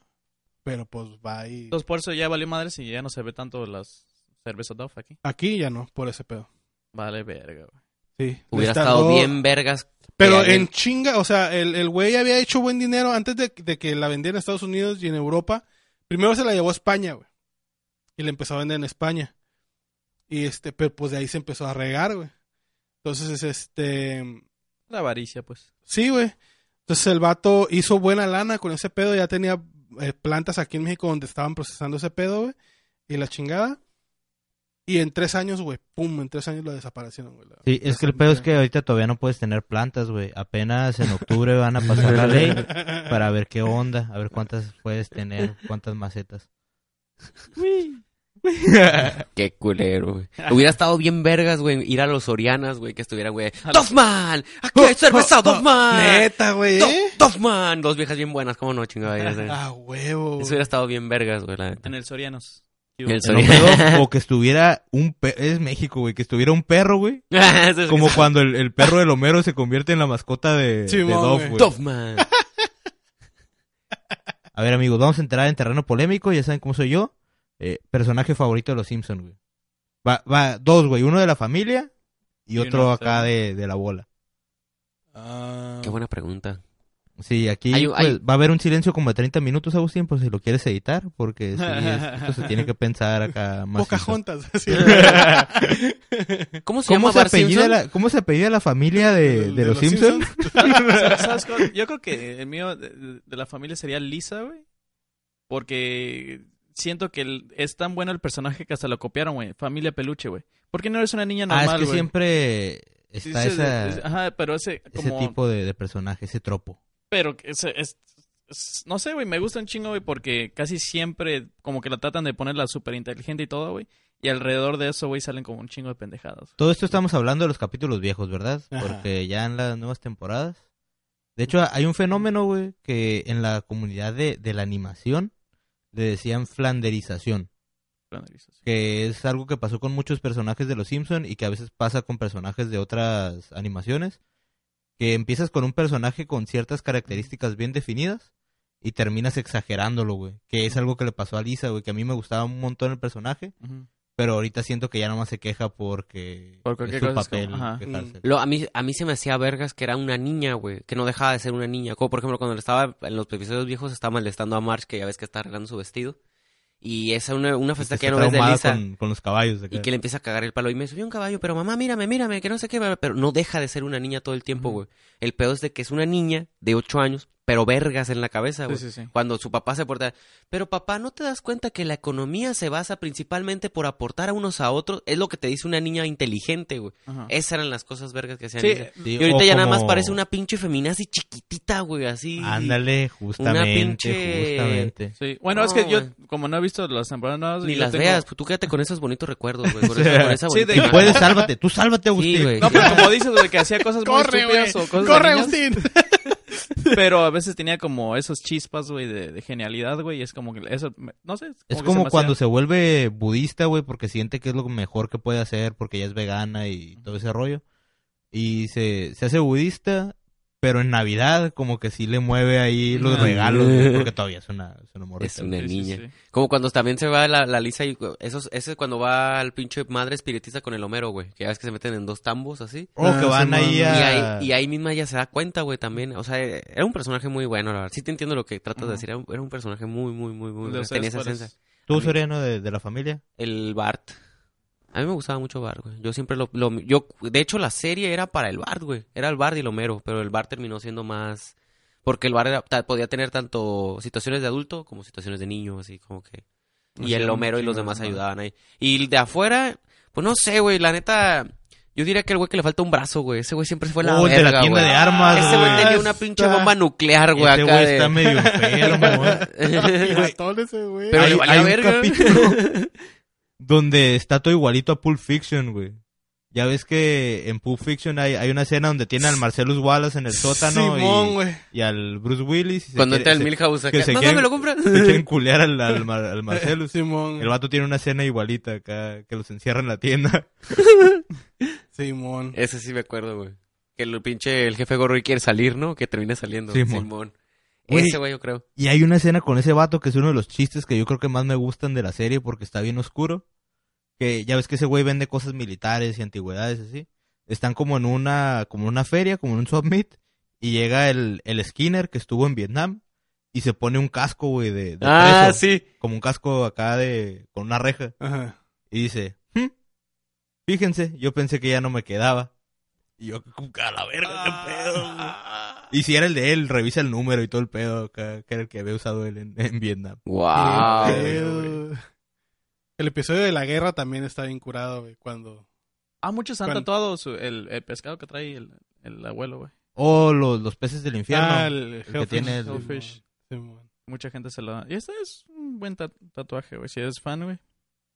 Speaker 3: Pero pues va y...
Speaker 4: Entonces por eso ya valió madres y ya no se ve tanto las cervezas Duff aquí.
Speaker 3: Aquí ya no, por ese pedo.
Speaker 4: Vale, verga, güey.
Speaker 3: Sí.
Speaker 2: Hubiera
Speaker 3: les
Speaker 2: estado
Speaker 3: tardó-
Speaker 2: bien vergas.
Speaker 3: Pero
Speaker 2: que
Speaker 3: en chinga, o sea, el el güey había hecho buen dinero antes de, de que la vendiera en Estados Unidos y en Europa. Primero se la llevó a España, güey. Y la empezó a vender en España. Y este, pero pues de ahí se empezó a regar, güey. Entonces, este...
Speaker 4: La avaricia, pues.
Speaker 3: Sí, güey. Entonces el vato hizo buena lana con ese pedo, ya tenía eh, plantas aquí en México donde estaban procesando ese pedo, güey. Y la chingada. Y en tres años, güey, pum, en tres años lo desaparecieron, güey. la-
Speaker 1: Sí, es que el pedo es que ahorita todavía no puedes tener plantas, güey. Apenas en octubre van a pasar la ley para ver qué onda, a ver cuántas puedes tener, cuántas macetas.
Speaker 2: Qué culero, güey. Hubiera estado bien vergas, güey, ir a los Orianas, güey, que estuvieran, güey. ¡Doffman! ¡Aquí hay cerveza, Doffman!
Speaker 3: Neta, güey.
Speaker 2: Do-
Speaker 3: ¿eh?
Speaker 2: ¡Doffman! Dos viejas bien buenas, ¿cómo no, chingada? ya sé.
Speaker 3: Ah, huevo.
Speaker 2: Eso hubiera estado bien vergas, güey, la neta.
Speaker 4: En el Sorianos.
Speaker 2: En Ah. el
Speaker 1: Pero
Speaker 2: Sorianos.
Speaker 1: pedo, o que estuviera un perro, es México, güey, que estuviera un perro, güey.
Speaker 2: Eso es-
Speaker 1: Como cuando el, el perro del Homero se convierte en la mascota de,
Speaker 3: Sí,
Speaker 1: de
Speaker 3: mon,
Speaker 1: Dove,
Speaker 3: güey.
Speaker 1: güey.
Speaker 2: Doffman.
Speaker 1: A ver, amigos, vamos a entrar en terreno polémico, ya saben cómo soy yo. Eh, personaje favorito de los Simpsons, güey. Va, va, dos, güey, uno de la familia y,
Speaker 4: Y
Speaker 1: otro
Speaker 4: uno
Speaker 1: acá
Speaker 4: externo.
Speaker 1: de, de la bola.
Speaker 3: Ah.
Speaker 2: Qué buena pregunta.
Speaker 1: Sí, aquí
Speaker 2: Hay un-
Speaker 1: pues,
Speaker 2: hay-
Speaker 1: va a haber un silencio como de 30 minutos, Agustín, por si lo quieres editar, porque sí, es- esto se tiene que pensar acá más.
Speaker 3: Pocahontas. así.
Speaker 2: ¿Cómo se
Speaker 1: ¿Cómo
Speaker 2: llama
Speaker 1: se,
Speaker 2: Bart
Speaker 1: apellida
Speaker 2: Simpson?
Speaker 1: la, ¿Cómo se apellida la familia de, de, los, Simpsons?
Speaker 4: ¿Sabes cuál? Yo creo que el mío de, de la familia sería Lisa, güey. Porque siento que el- es tan bueno el personaje que hasta lo copiaron, güey. Familia Peluche, güey. ¿Por qué no eres una niña
Speaker 1: ah,
Speaker 4: normal,
Speaker 1: es que
Speaker 4: güey?
Speaker 1: siempre está
Speaker 4: Dices,
Speaker 1: esa,
Speaker 4: es- ajá, pero ese,
Speaker 1: ese
Speaker 4: como,
Speaker 1: tipo de, de personaje, ese tropo.
Speaker 4: Pero que ese- es, es- no sé, güey, me gusta un chingo, güey, porque casi siempre como que la tratan de ponerla súper inteligente y todo, güey. Y alrededor de eso, güey, salen como un chingo de pendejadas.
Speaker 1: Todo esto estamos hablando de los capítulos viejos, ¿verdad?
Speaker 3: Ajá.
Speaker 1: Porque ya en las nuevas temporadas. De hecho, hay un fenómeno, güey, que en la comunidad de, de la animación le decían flanderización. que es algo que pasó con muchos personajes de los Simpson y que a veces pasa con personajes de otras animaciones, que empiezas con un personaje con ciertas características bien definidas y terminas exagerándolo, güey, que es algo que le pasó a Lisa, güey, que a mí me gustaba un montón el personaje,
Speaker 4: Ujú.
Speaker 1: pero ahorita siento que ya nomás se queja porque
Speaker 4: Por cualquier
Speaker 1: es su
Speaker 4: cosa es
Speaker 1: papel
Speaker 4: como- ajá.
Speaker 1: quejarse.
Speaker 2: Lo- a, mí, a mí se me hacía vergas que era una niña, güey. Que no dejaba de ser una niña. Como por ejemplo cuando le estaba en los episodios viejos, estaba molestando a Marge, que ya ves que está arreglando su vestido. Y esa es una, una
Speaker 1: Y que
Speaker 2: fiesta que
Speaker 1: está
Speaker 2: ya no ves de
Speaker 1: traumada
Speaker 2: Lisa.
Speaker 1: Con, con los caballos. acá.
Speaker 2: Y que le empieza a cagar el palo. Y me subió un caballo, pero mamá, mírame, mírame, que no sé qué. Pero no deja de ser una niña todo el tiempo,
Speaker 4: Ujú.
Speaker 2: güey. El peor es de que es una niña de 8 años, pero vergas en la cabeza, Ah, güey.
Speaker 4: Sí, sí, sí.
Speaker 2: Cuando su papá se porta, pero papá, ¿no te das cuenta que la economía se basa principalmente por aportar a unos a otros? Es lo que te dice una niña inteligente, güey.
Speaker 4: Ajá.
Speaker 2: Esas eran las cosas vergas que hacían.
Speaker 4: Sí,
Speaker 2: Lisa.
Speaker 1: Sí,
Speaker 2: Y ahorita
Speaker 1: o
Speaker 2: ya nada más
Speaker 1: como-
Speaker 2: parece una pinche feminazi chiquitita, güey, así.
Speaker 1: Ándale, justamente,
Speaker 2: pinche-
Speaker 1: justamente.
Speaker 4: Sí. Bueno,
Speaker 2: No,
Speaker 4: es que
Speaker 2: güey.
Speaker 4: yo, como no he visto las temporadas nuevas,
Speaker 2: Ni
Speaker 4: yo
Speaker 2: las
Speaker 4: tengo-
Speaker 2: veas, pues tú quédate con esos bonitos recuerdos, güey. Con, esa- con esa
Speaker 4: Sí,
Speaker 2: bonita
Speaker 4: de-
Speaker 1: Y
Speaker 2: imagen.
Speaker 1: puedes, sálvate, tú sálvate, Agustín.
Speaker 2: güey.
Speaker 4: No, pero como dices, güey, que hacía cosas muy
Speaker 3: Corre,
Speaker 4: estúpidas o
Speaker 3: güey.
Speaker 4: cosas de
Speaker 3: Corre,
Speaker 4: niños,
Speaker 3: Agustín.
Speaker 4: pero a veces tenía como esos chispas, güey, de, de genialidad, güey, y es como que eso, me- no sé.
Speaker 1: Es
Speaker 4: que
Speaker 1: como
Speaker 4: se me
Speaker 1: cuando
Speaker 4: hacía-
Speaker 1: se vuelve budista, güey, porque siente que es lo mejor que puede hacer, porque ella es vegana y todo ese rollo. Y se, se hace budista, pero en Navidad como que sí le mueve ahí los
Speaker 4: Ah.
Speaker 1: regalos, güey, porque todavía es una, es una morrita,
Speaker 2: Es
Speaker 1: güey.
Speaker 2: una
Speaker 4: Sí, sí,
Speaker 2: niña.
Speaker 4: sí.
Speaker 2: Como cuando también se va la, la Lisa y güey, esos, ese es cuando va al pinche madre espiritista con el Homero, güey. Que ya ves que se meten en dos tambos así.
Speaker 1: O que
Speaker 3: Ah,
Speaker 1: van
Speaker 3: sí,
Speaker 1: ahí
Speaker 3: mami.
Speaker 2: Y
Speaker 1: a...
Speaker 2: ahí, y ahí misma ella se da cuenta, güey, también. O sea, eh, era un personaje muy bueno, la verdad. Sí te entiendo lo que tratas de
Speaker 4: Ajá.
Speaker 2: decir. Era un, era un personaje muy, muy, muy, muy
Speaker 4: De
Speaker 2: bueno.
Speaker 4: los
Speaker 2: Tenía esa
Speaker 4: Escuadres.
Speaker 2: esencia.
Speaker 1: Tú, Soriano, de, de la familia.
Speaker 2: El Bart. A mí me gustaba mucho Bart, güey. Yo siempre lo, lo- Yo, de hecho, la serie era para el Bart, güey. Era el Bart y el Homero. Pero el Bart terminó siendo más... Porque el Bart era- ta- podía tener tanto situaciones de adulto como situaciones de niño, así como que... Y
Speaker 4: Hacían
Speaker 2: el
Speaker 4: un
Speaker 2: Homero y
Speaker 4: chingo
Speaker 2: los
Speaker 4: de
Speaker 2: demás
Speaker 4: mamadas.
Speaker 2: ayudaban ahí. Y de afuera, pues no sé, güey. La neta... Yo diría que el güey que le falta un brazo, güey. Ese güey siempre fue la
Speaker 1: Oh, el de la
Speaker 2: verga,
Speaker 1: tienda
Speaker 2: güey.
Speaker 1: de armas,
Speaker 2: Ese güey
Speaker 1: güey.
Speaker 2: tenía una pinche bomba nuclear, güey,
Speaker 1: Este
Speaker 2: acá
Speaker 1: güey
Speaker 2: de-
Speaker 1: está medio enfermo, güey.
Speaker 3: Piratón ese, güey.
Speaker 2: Pero
Speaker 1: Hay-
Speaker 2: le valía
Speaker 1: hay un
Speaker 2: verga.
Speaker 1: capítulo donde está todo igualito a Pulp Fiction, güey. Ya ves que en Pulp Fiction hay, hay una escena donde tiene al Marcellus Wallace en el sótano y-
Speaker 3: Simón, güey.
Speaker 1: y al Bruce Willis. y se
Speaker 2: Cuando entra
Speaker 1: quiere-
Speaker 2: el Milhouse acá.
Speaker 1: que se
Speaker 2: Mamá,
Speaker 1: quieren-
Speaker 2: ¿me lo compras?
Speaker 1: se- se quieren culear al, al, Mar- al Marcellus.
Speaker 3: Simón.
Speaker 1: El vato tiene una escena igualita acá, que los encierra en la tienda.
Speaker 3: Simón.
Speaker 2: Ese sí me acuerdo, güey. Que el pinche el jefe gorro y quiere salir, ¿no? Que termina saliendo.
Speaker 1: Simón.
Speaker 2: Simón.
Speaker 1: Güey.
Speaker 2: Ese güey, yo creo.
Speaker 1: Y hay una escena con ese vato que es uno de los chistes que yo creo que más me gustan de la serie porque está bien oscuro. Que ya ves que ese güey vende cosas militares y antigüedades así. Están como en una, como en una feria, como en un submit. Y llega el, el Skinner que estuvo en Vietnam y se pone un casco, güey, de, de
Speaker 2: Ah,
Speaker 1: preso,
Speaker 2: sí.
Speaker 1: Como un casco acá de, con una reja.
Speaker 3: Ajá.
Speaker 1: Y dice, "Hmm, fíjense, yo pensé que ya no me quedaba. Y yo, "Cum, a la verga, qué pedo. güey".
Speaker 4: Ah.
Speaker 1: Y si era el de él, revisa el número y todo el pedo acá, que era el que había usado él en, en Vietnam.
Speaker 2: Wow.
Speaker 3: el, el episodio de la guerra también está bien curado, güey. Cuando.
Speaker 4: Ah, muchos han
Speaker 3: ¿Cuál?
Speaker 4: tatuado su- el, el pescado que trae el, el abuelo, güey.
Speaker 1: O los, los peces del infierno.
Speaker 3: Ah, el,
Speaker 1: que tiene el-
Speaker 4: Hellfish.
Speaker 3: Simón.
Speaker 4: Mucha gente se lo da. Y este es un buen ta- tatuaje, güey. Si eres fan, güey.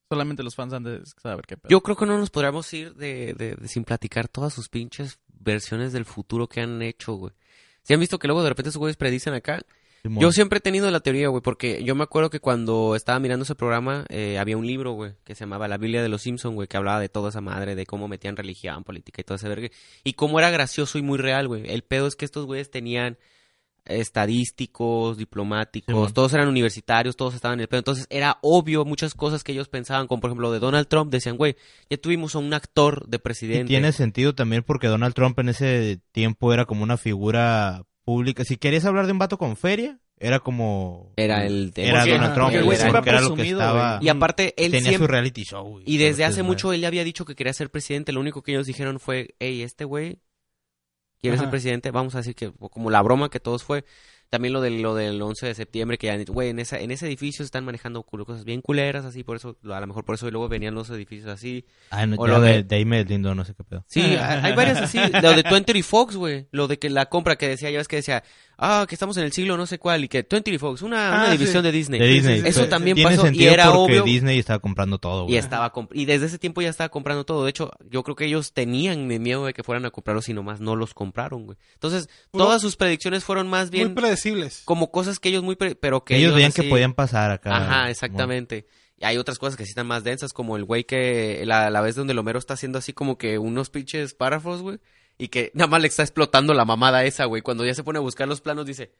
Speaker 4: Solamente los fans han de saber qué pedo.
Speaker 2: Yo creo que no nos podríamos ir de, de- de- sin platicar todas sus pinches versiones del futuro que han hecho, güey. Si han visto que luego de repente sus güeyes predicen acá.
Speaker 1: Simón.
Speaker 2: Yo siempre he tenido la teoría, güey, porque yo me acuerdo que cuando estaba mirando ese programa eh, había un libro, güey, que se llamaba La Biblia de los Simpson, güey, que hablaba de toda esa madre, de cómo metían religión, política y todo ese vergue. Y cómo era gracioso y muy real, güey. El pedo es que estos güeyes tenían estadísticos, diplomáticos,
Speaker 1: Simón.
Speaker 2: todos eran universitarios, todos estaban en el pedo. Entonces era obvio muchas cosas que ellos pensaban, como por ejemplo de Donald Trump, decían, güey, ya tuvimos a un actor de
Speaker 1: Y
Speaker 2: presidente.
Speaker 1: tiene sentido también porque Donald Trump en ese tiempo era como una figura pública. Si querías hablar de un vato con feria, era como...
Speaker 2: Era el...
Speaker 1: Era
Speaker 4: Porque-
Speaker 1: Donald Trump,
Speaker 4: porque el güey
Speaker 1: güey,
Speaker 2: era-
Speaker 4: siempre
Speaker 1: porque era lo que
Speaker 4: presumido,
Speaker 1: estaba...
Speaker 4: güey.
Speaker 2: Y aparte, él
Speaker 1: tenía
Speaker 2: siempre...
Speaker 1: su reality show, güey.
Speaker 2: Y desde hace mucho
Speaker 1: Madre.
Speaker 2: él había dicho que quería ser presidente. Lo único que ellos dijeron fue, hey, este güey quiere ser
Speaker 3: Ajá.
Speaker 2: presidente. Vamos a decir que o como la broma que todos fue. También lo, de, lo del 11 de septiembre, que ya, han dicho, güey, en, esa, en ese edificio se están manejando cul- cosas bien culeras, así, por eso, a lo mejor por eso, y luego venían los edificios así.
Speaker 1: Ah, no,
Speaker 2: O
Speaker 1: ya
Speaker 2: lo
Speaker 1: me-
Speaker 2: de-
Speaker 1: de ahí me lindo, no sé qué pedo.
Speaker 2: Sí, hay hay varias así. Lo de 20 Fox, güey. Lo de que la compra que decía, ya ves que decía, ah, que estamos en el siglo no sé cuál, y que 20 Fox, una, una
Speaker 3: Ah, sí.
Speaker 2: división de Disney.
Speaker 1: De Disney.
Speaker 3: sí,
Speaker 2: este, Eso
Speaker 3: sí.
Speaker 2: también
Speaker 1: Tiene
Speaker 2: pasó, y
Speaker 1: sentido
Speaker 2: era
Speaker 1: porque
Speaker 2: obvio.
Speaker 1: Disney estaba comprando todo, güey.
Speaker 2: Y estaba comp- y desde ese tiempo ya estaba comprando todo. De hecho, yo creo que ellos tenían de miedo de que fueran a comprarlos y nomás no los compraron, güey. Entonces,
Speaker 3: Puro-
Speaker 2: todas sus predicciones fueron más
Speaker 3: Muy
Speaker 2: bien
Speaker 3: predecibles.
Speaker 2: como cosas que ellos muy pre- pero que
Speaker 1: ellos veían que
Speaker 2: así-
Speaker 1: podían pasar acá.
Speaker 2: Ajá,
Speaker 1: Simón.
Speaker 2: exactamente. Y hay otras cosas que sí están más densas, como el güey que la, la vez donde el Homero está haciendo así como que unos pinches párrafos, güey, y que nada más le está explotando la mamada esa, güey. Cuando ya se pone a buscar los planos, dice,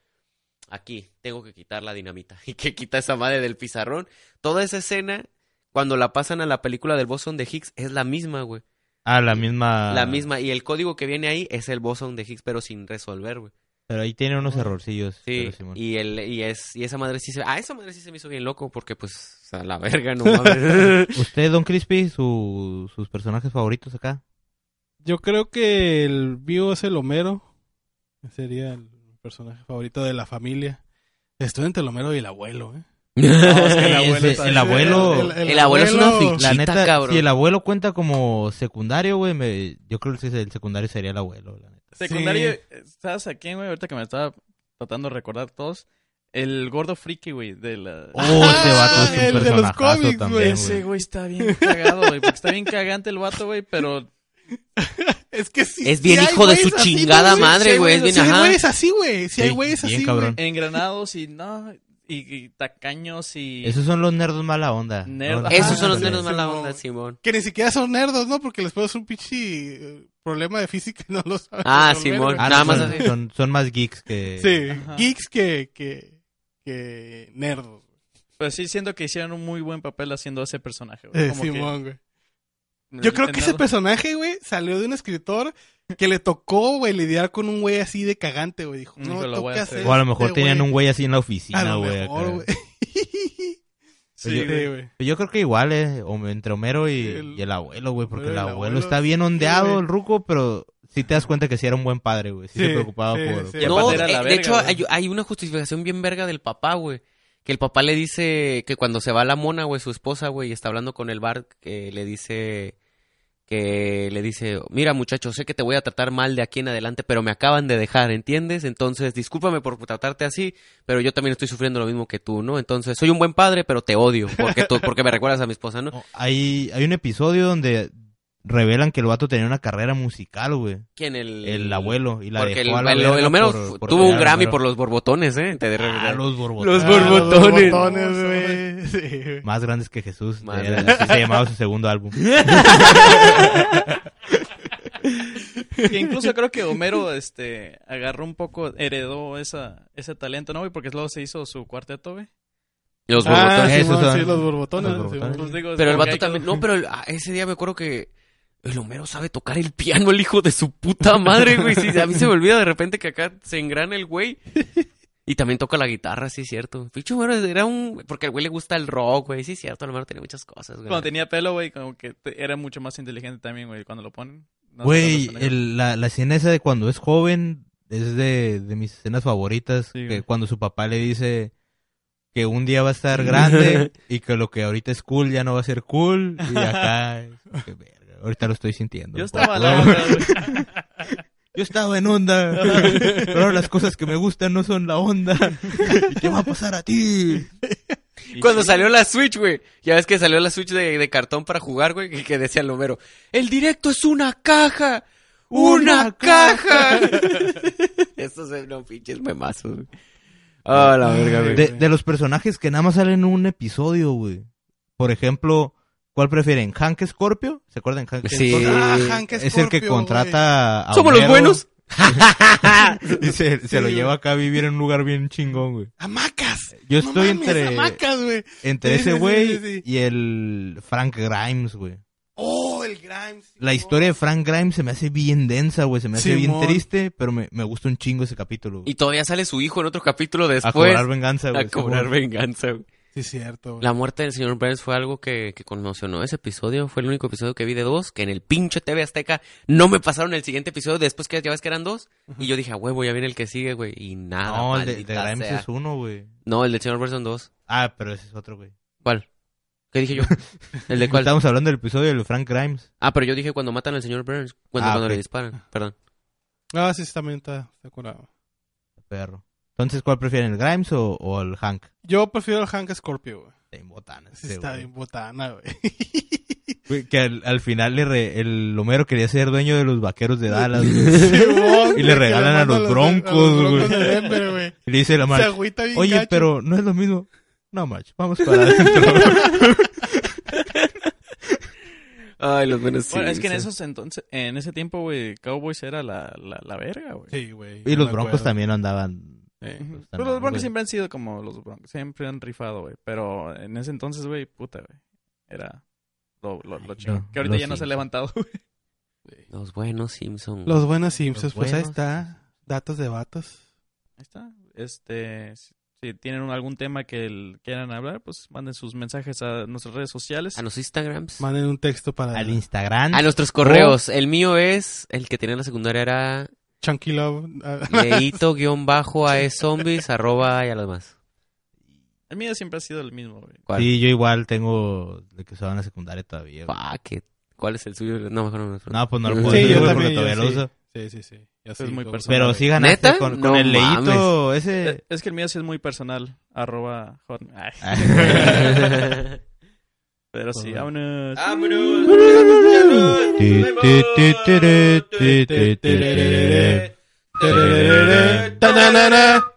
Speaker 2: aquí, tengo que quitar la dinamita. Y que quita esa madre del pizarrón. Toda esa escena, cuando la pasan a la película del bosón de Higgs, es la misma, güey.
Speaker 1: Ah, la misma.
Speaker 2: La misma. Y el código que viene ahí es el bosón de Higgs, pero sin resolver, güey.
Speaker 1: Pero ahí tiene unos errorcillos.
Speaker 2: Sí,
Speaker 1: pero Simón.
Speaker 2: y, el, y, es, y esa madre sí se... Ah, esa madre sí se me hizo bien loco porque pues a la verga, no mames.
Speaker 1: ¿Usted, Don Crispy, su- sus personajes favoritos acá?
Speaker 3: Yo creo que el vivo es el Homero. Sería el personaje favorito de la familia. Estoy entre el Homero y el abuelo, ¿eh?
Speaker 1: el abuelo está- el abuelo-
Speaker 2: El abuelo es una ficha.
Speaker 1: La
Speaker 2: Chita,
Speaker 1: neta,
Speaker 2: cabrón.
Speaker 1: si el abuelo cuenta como secundario, güey, me- yo creo que el secundario sería el abuelo, la neta.
Speaker 4: Secundario,
Speaker 3: Sí.
Speaker 4: ¿sabes a quién, güey? Ahorita que me estaba tratando de recordar todos. El gordo friki, güey, de la...
Speaker 1: Oh, ese vato es
Speaker 3: el
Speaker 1: un
Speaker 3: de los
Speaker 1: personajazo
Speaker 3: cómics, güey,
Speaker 1: también,
Speaker 4: Ese
Speaker 1: güey.
Speaker 4: güey está bien cagado, güey. Porque está bien cagante el vato, güey, pero...
Speaker 3: Es que sí,
Speaker 2: Es bien
Speaker 3: sí hay
Speaker 2: hijo de su
Speaker 3: güeyes así,
Speaker 2: chingada
Speaker 3: güey.
Speaker 2: madre,
Speaker 3: Sí hay
Speaker 2: güey, es bien
Speaker 3: sí
Speaker 2: ajá.
Speaker 3: hay güeyes así, güey. Sí hay
Speaker 1: Sí,
Speaker 3: güeyes
Speaker 1: bien
Speaker 3: así,
Speaker 1: cabrón.
Speaker 3: güey.
Speaker 4: Engranados y no... Y, y tacaños y...
Speaker 1: Esos son los nerdos mala onda.
Speaker 4: Nerd-
Speaker 1: ¿no?
Speaker 4: Ajá,
Speaker 2: Esos son los
Speaker 1: Ándale.
Speaker 2: menos mala
Speaker 3: Simón.
Speaker 2: onda, Simón.
Speaker 3: Que ni siquiera son nerdos, ¿no? Porque les puedo hacer un pinche eh, problema de física y no lo saben.
Speaker 2: Ah,
Speaker 3: resolver,
Speaker 2: Simón.
Speaker 3: güey.
Speaker 1: Ah,
Speaker 2: Nada
Speaker 1: no,
Speaker 2: más
Speaker 1: son,
Speaker 2: así.
Speaker 1: son- son más geeks que...
Speaker 3: Sí,
Speaker 4: Ajá.
Speaker 3: geeks que, que, que nerdos.
Speaker 4: Pero pues sí siento que hicieron un muy buen papel haciendo ese personaje, güey.
Speaker 3: Eh,
Speaker 4: Como que
Speaker 3: Simón, güey.
Speaker 4: el
Speaker 3: Yo creo que ese
Speaker 4: venado-
Speaker 3: personaje, güey, salió de un escritor que le tocó, güey, lidiar con un güey así de cagante, güey. Dijo,
Speaker 4: Dijo,
Speaker 3: no,
Speaker 4: "Lo
Speaker 3: tengo
Speaker 4: voy a
Speaker 3: que
Speaker 4: hacer".
Speaker 3: hacer
Speaker 1: O a lo mejor
Speaker 3: este,
Speaker 1: tenían
Speaker 3: güey.
Speaker 1: un güey así en la
Speaker 3: A
Speaker 1: oficina,
Speaker 3: lo
Speaker 1: güey.
Speaker 3: mejor,
Speaker 1: acá.
Speaker 3: güey.
Speaker 4: Sí,
Speaker 3: Sí,
Speaker 4: güey.
Speaker 3: güey.
Speaker 1: Yo creo que igual, eh, hom- entre Homero y y el,
Speaker 3: El-
Speaker 1: abuelo, güey, porque
Speaker 3: Homero
Speaker 1: el
Speaker 3: y el
Speaker 1: abuelo,
Speaker 3: abuelo,
Speaker 1: está bien
Speaker 3: sí,
Speaker 1: ondeado
Speaker 3: güey.
Speaker 1: el ruco, pero sí te das cuenta que sí era un buen padre, güey. Sí, se
Speaker 3: Sí,
Speaker 1: preocupaba
Speaker 3: sí,
Speaker 1: por...
Speaker 3: sí.
Speaker 1: por-
Speaker 4: Y
Speaker 2: No,
Speaker 4: aparte era
Speaker 2: eh,
Speaker 4: la
Speaker 2: de
Speaker 4: verga,
Speaker 2: hecho,
Speaker 4: güey.
Speaker 2: hay, hay una justificación bien verga del papá, güey. Que el papá le dice que cuando se va la mona, güey, su esposa, güey, y está hablando con el bar, que le dice que le dice, mira muchacho, sé que te voy a tratar mal de aquí en adelante, pero me acaban de dejar, ¿entiendes? Entonces, discúlpame por tratarte así, pero yo también estoy sufriendo lo mismo que tú, ¿no? Entonces, soy un buen padre, pero te odio, porque, tú- porque me recuerdas a mi esposa, ¿no?
Speaker 1: No, hay, hay un episodio donde revelan que el vato tenía una carrera musical, güey.
Speaker 2: ¿Quién? El,
Speaker 1: El abuelo. Y la
Speaker 2: Porque el,
Speaker 1: dejó a la
Speaker 2: el-
Speaker 1: verga
Speaker 2: el Homero
Speaker 1: por- por
Speaker 2: tuvo
Speaker 1: tener
Speaker 2: un
Speaker 1: al
Speaker 2: Grammy
Speaker 1: Homero.
Speaker 2: por los borbotones, ¿eh? Te de-
Speaker 1: Ah, los borbotones.
Speaker 2: Los
Speaker 3: Ah,
Speaker 2: borbotones.
Speaker 3: borbotones, güey. Sí, güey.
Speaker 1: Más grandes que Jesús.
Speaker 2: Más
Speaker 1: era-
Speaker 2: grandes.
Speaker 1: así se llamaba su segundo álbum.
Speaker 4: Que incluso creo que Homero este, agarró un poco, heredó esa, ese talento, ¿no, güey? Porque luego se hizo su cuarteto, güey.
Speaker 2: Los
Speaker 3: Ah,
Speaker 2: borbotones.
Speaker 3: sí,
Speaker 1: Esos
Speaker 3: mon,
Speaker 1: son-
Speaker 3: sí, los borbotones.
Speaker 1: los borbotones.
Speaker 3: sí, mon.
Speaker 4: Pues digo,
Speaker 2: Pero el
Speaker 4: como que
Speaker 2: vato
Speaker 4: hay que-
Speaker 2: también. No, pero el- ah, ese día me acuerdo que. El Homero sabe tocar el piano, el hijo de su puta madre, güey. Sí, a mí se me olvida de repente que acá se engrana el güey. Y también toca la guitarra, sí, cierto. Pinche Homero era un. Porque al güey le gusta el rock, güey. Sí, cierto, el Homero tenía muchas cosas, güey.
Speaker 4: Cuando tenía pelo, güey, como que te- era mucho más inteligente también, güey, cuando lo ponen. No sé
Speaker 1: Güey,
Speaker 4: cuántos años.
Speaker 1: el- la, la escena esa de cuando es joven, es de, de mis escenas favoritas.
Speaker 4: Sí,
Speaker 1: que
Speaker 4: güey.
Speaker 1: cuando su papá le dice que un día va a estar grande y que lo que ahorita es cool ya no va a ser cool. Y acá, es como que, verga, ahorita lo estoy sintiendo.
Speaker 4: Yo
Speaker 1: un
Speaker 4: estaba
Speaker 1: poco,
Speaker 4: a la
Speaker 1: güey.
Speaker 4: onda, güey.
Speaker 1: Yo estaba en onda. Pero ahora las cosas que me gustan no son la onda. ¿Y qué va a pasar a ti?
Speaker 2: Cuando salió la Switch, güey. Ya ves que salió la Switch de, de cartón para jugar, güey. Que, que decía el Homero. El directo es una caja. Una,
Speaker 1: Una
Speaker 2: caja. Estos son no, pinches memazos, güey. Ah, la verga, güey.
Speaker 1: De, de los personajes que nada más salen en un episodio, güey. Por ejemplo, ¿cuál prefieren? ¿Hank Scorpio? ¿Se acuerdan Hank
Speaker 2: Sí.
Speaker 1: Scorpio?
Speaker 3: Ah, Hank
Speaker 1: Es el que
Speaker 3: Scorpio, güey.
Speaker 1: contrata a
Speaker 2: Somos los
Speaker 1: Homero
Speaker 2: buenos.
Speaker 1: Y se, se
Speaker 3: Sí,
Speaker 1: lo
Speaker 3: güey.
Speaker 1: lleva acá a vivir en un lugar bien chingón, güey.
Speaker 3: Hamacas.
Speaker 1: Yo
Speaker 3: No
Speaker 1: estoy
Speaker 3: mames,
Speaker 1: entre,
Speaker 3: Hamacas, güey.
Speaker 1: entre
Speaker 3: Sí, sí,
Speaker 1: ese
Speaker 3: sí,
Speaker 1: güey
Speaker 3: sí, sí.
Speaker 1: y el Frank Grimes, güey.
Speaker 3: Oh, el Grimes.
Speaker 1: La
Speaker 3: Simón.
Speaker 1: historia de Frank Grimes se me hace bien densa, güey. Se me hace bien
Speaker 3: Simón.
Speaker 1: triste, pero me, me gusta un chingo ese capítulo,
Speaker 2: Y
Speaker 1: güey.
Speaker 2: todavía sale su hijo en otro capítulo
Speaker 1: A
Speaker 2: después.
Speaker 1: cobrar venganza, güey.
Speaker 2: A cobrar venganza, güey.
Speaker 3: Sí, cierto. güey.
Speaker 2: La muerte del señor Burns fue algo que, que conmocionó ese episodio. Fue el único episodio que vi de dos, que en el pinche TV Azteca no me pasaron el siguiente episodio después que ya ves que eran dos. Y yo dije, a huevo, ya viene el que sigue, güey. Y nada,
Speaker 1: No, el de,
Speaker 2: Ah, maldita
Speaker 1: de Grimes
Speaker 2: sea.
Speaker 1: es uno, güey.
Speaker 2: No, el del señor Burns son dos.
Speaker 1: Ah, pero ese es otro, güey.
Speaker 2: ¿Cuál? ¿Qué dije yo? ¿El de cuál?
Speaker 1: Estamos hablando del episodio del Frank Grimes.
Speaker 2: Ah, pero yo dije cuando matan al señor Burns. Cuando,
Speaker 1: Ah,
Speaker 2: cuando
Speaker 1: ok.
Speaker 2: le disparan, perdón.
Speaker 3: Ah, sí, sí, también está, está curado.
Speaker 1: Perro. Entonces, ¿cuál prefieren, el Grimes o, o el Hank?
Speaker 3: Yo prefiero el Hank Scorpio, güey.
Speaker 1: Está bien botana
Speaker 3: Sí,
Speaker 1: este,
Speaker 3: está
Speaker 1: güey.
Speaker 3: bien botana, güey.
Speaker 1: Güey, Que al, al final le re- el Homero quería ser dueño de los vaqueros de Dallas, güey.
Speaker 3: Simón,
Speaker 1: Y le
Speaker 3: güey, que
Speaker 1: regalan a
Speaker 3: mandan
Speaker 1: los
Speaker 3: de- a
Speaker 1: broncos,
Speaker 3: los
Speaker 1: güey.
Speaker 3: broncos de Denver, güey.
Speaker 1: Y le dice la
Speaker 3: Se
Speaker 1: madre,
Speaker 3: agüita bien
Speaker 1: oye,
Speaker 3: gacho.
Speaker 1: pero no es lo mismo. No, macho, vamos para adentro.
Speaker 2: Ay, los buenos
Speaker 4: Bueno, es que en
Speaker 2: Simpsons.
Speaker 4: esos entonces, en ese tiempo, güey, Cowboys era la, la, la verga, güey.
Speaker 3: Sí, güey.
Speaker 1: y
Speaker 3: no
Speaker 1: los
Speaker 3: me
Speaker 1: broncos
Speaker 3: acuerdo.
Speaker 1: también andaban.
Speaker 3: Eh.
Speaker 4: Ujú.
Speaker 1: Pues,
Speaker 4: Pero
Speaker 1: no,
Speaker 4: los
Speaker 1: güey.
Speaker 4: Broncos siempre han sido como los Broncos, siempre han rifado, güey. Pero en ese entonces, güey, puta, güey. Era lo, lo, lo
Speaker 1: Ay,
Speaker 4: chingón.
Speaker 1: no,
Speaker 4: que ahorita
Speaker 1: los
Speaker 4: ya no se ha
Speaker 1: Simpsons.
Speaker 4: levantado, güey.
Speaker 2: Los buenos Simpsons.
Speaker 3: Los buenos Simpsons,
Speaker 1: Los
Speaker 3: pues ahí
Speaker 1: buenos
Speaker 3: está. Datos de vatos.
Speaker 4: Ahí está. Este, si- si tienen un- algún tema que el- quieran hablar, pues manden sus mensajes a nuestras redes sociales.
Speaker 2: A los Instagrams.
Speaker 3: Manden un texto para
Speaker 1: Al Instagram.
Speaker 2: A nuestros correos. El mío es, el que tenía en la secundaria era
Speaker 3: Chunky Love.
Speaker 2: leito guión bajo a zombies arroba y a los demás.
Speaker 4: El mío siempre ha sido el mismo, güey.
Speaker 2: ¿Cuál?
Speaker 1: Sí, yo igual tengo de que usaba en la secundaria todavía. güey.
Speaker 2: Fuck it. ¿Cuál es el suyo? No, mejor no. mejor
Speaker 1: No, pues no lo
Speaker 2: Sí,
Speaker 1: puedo
Speaker 2: yo
Speaker 1: decir porque
Speaker 3: también, yo
Speaker 1: todavía lo
Speaker 3: sí.
Speaker 1: uso.
Speaker 3: Sí, sí, sí. Ya
Speaker 4: Es muy
Speaker 3: como-
Speaker 4: personal.
Speaker 1: Pero sí ganaste
Speaker 2: ¿Neta?
Speaker 1: con,
Speaker 2: No
Speaker 1: con el leíto ese.
Speaker 4: Eh, Es que el mío sí es muy personal. Arroba hotmail. Ay, pero sí,
Speaker 3: joder.
Speaker 4: vámonos.
Speaker 1: Ti, ti, ti, ti, ti, ti, ti, ti, ti, ti.
Speaker 3: Tananana.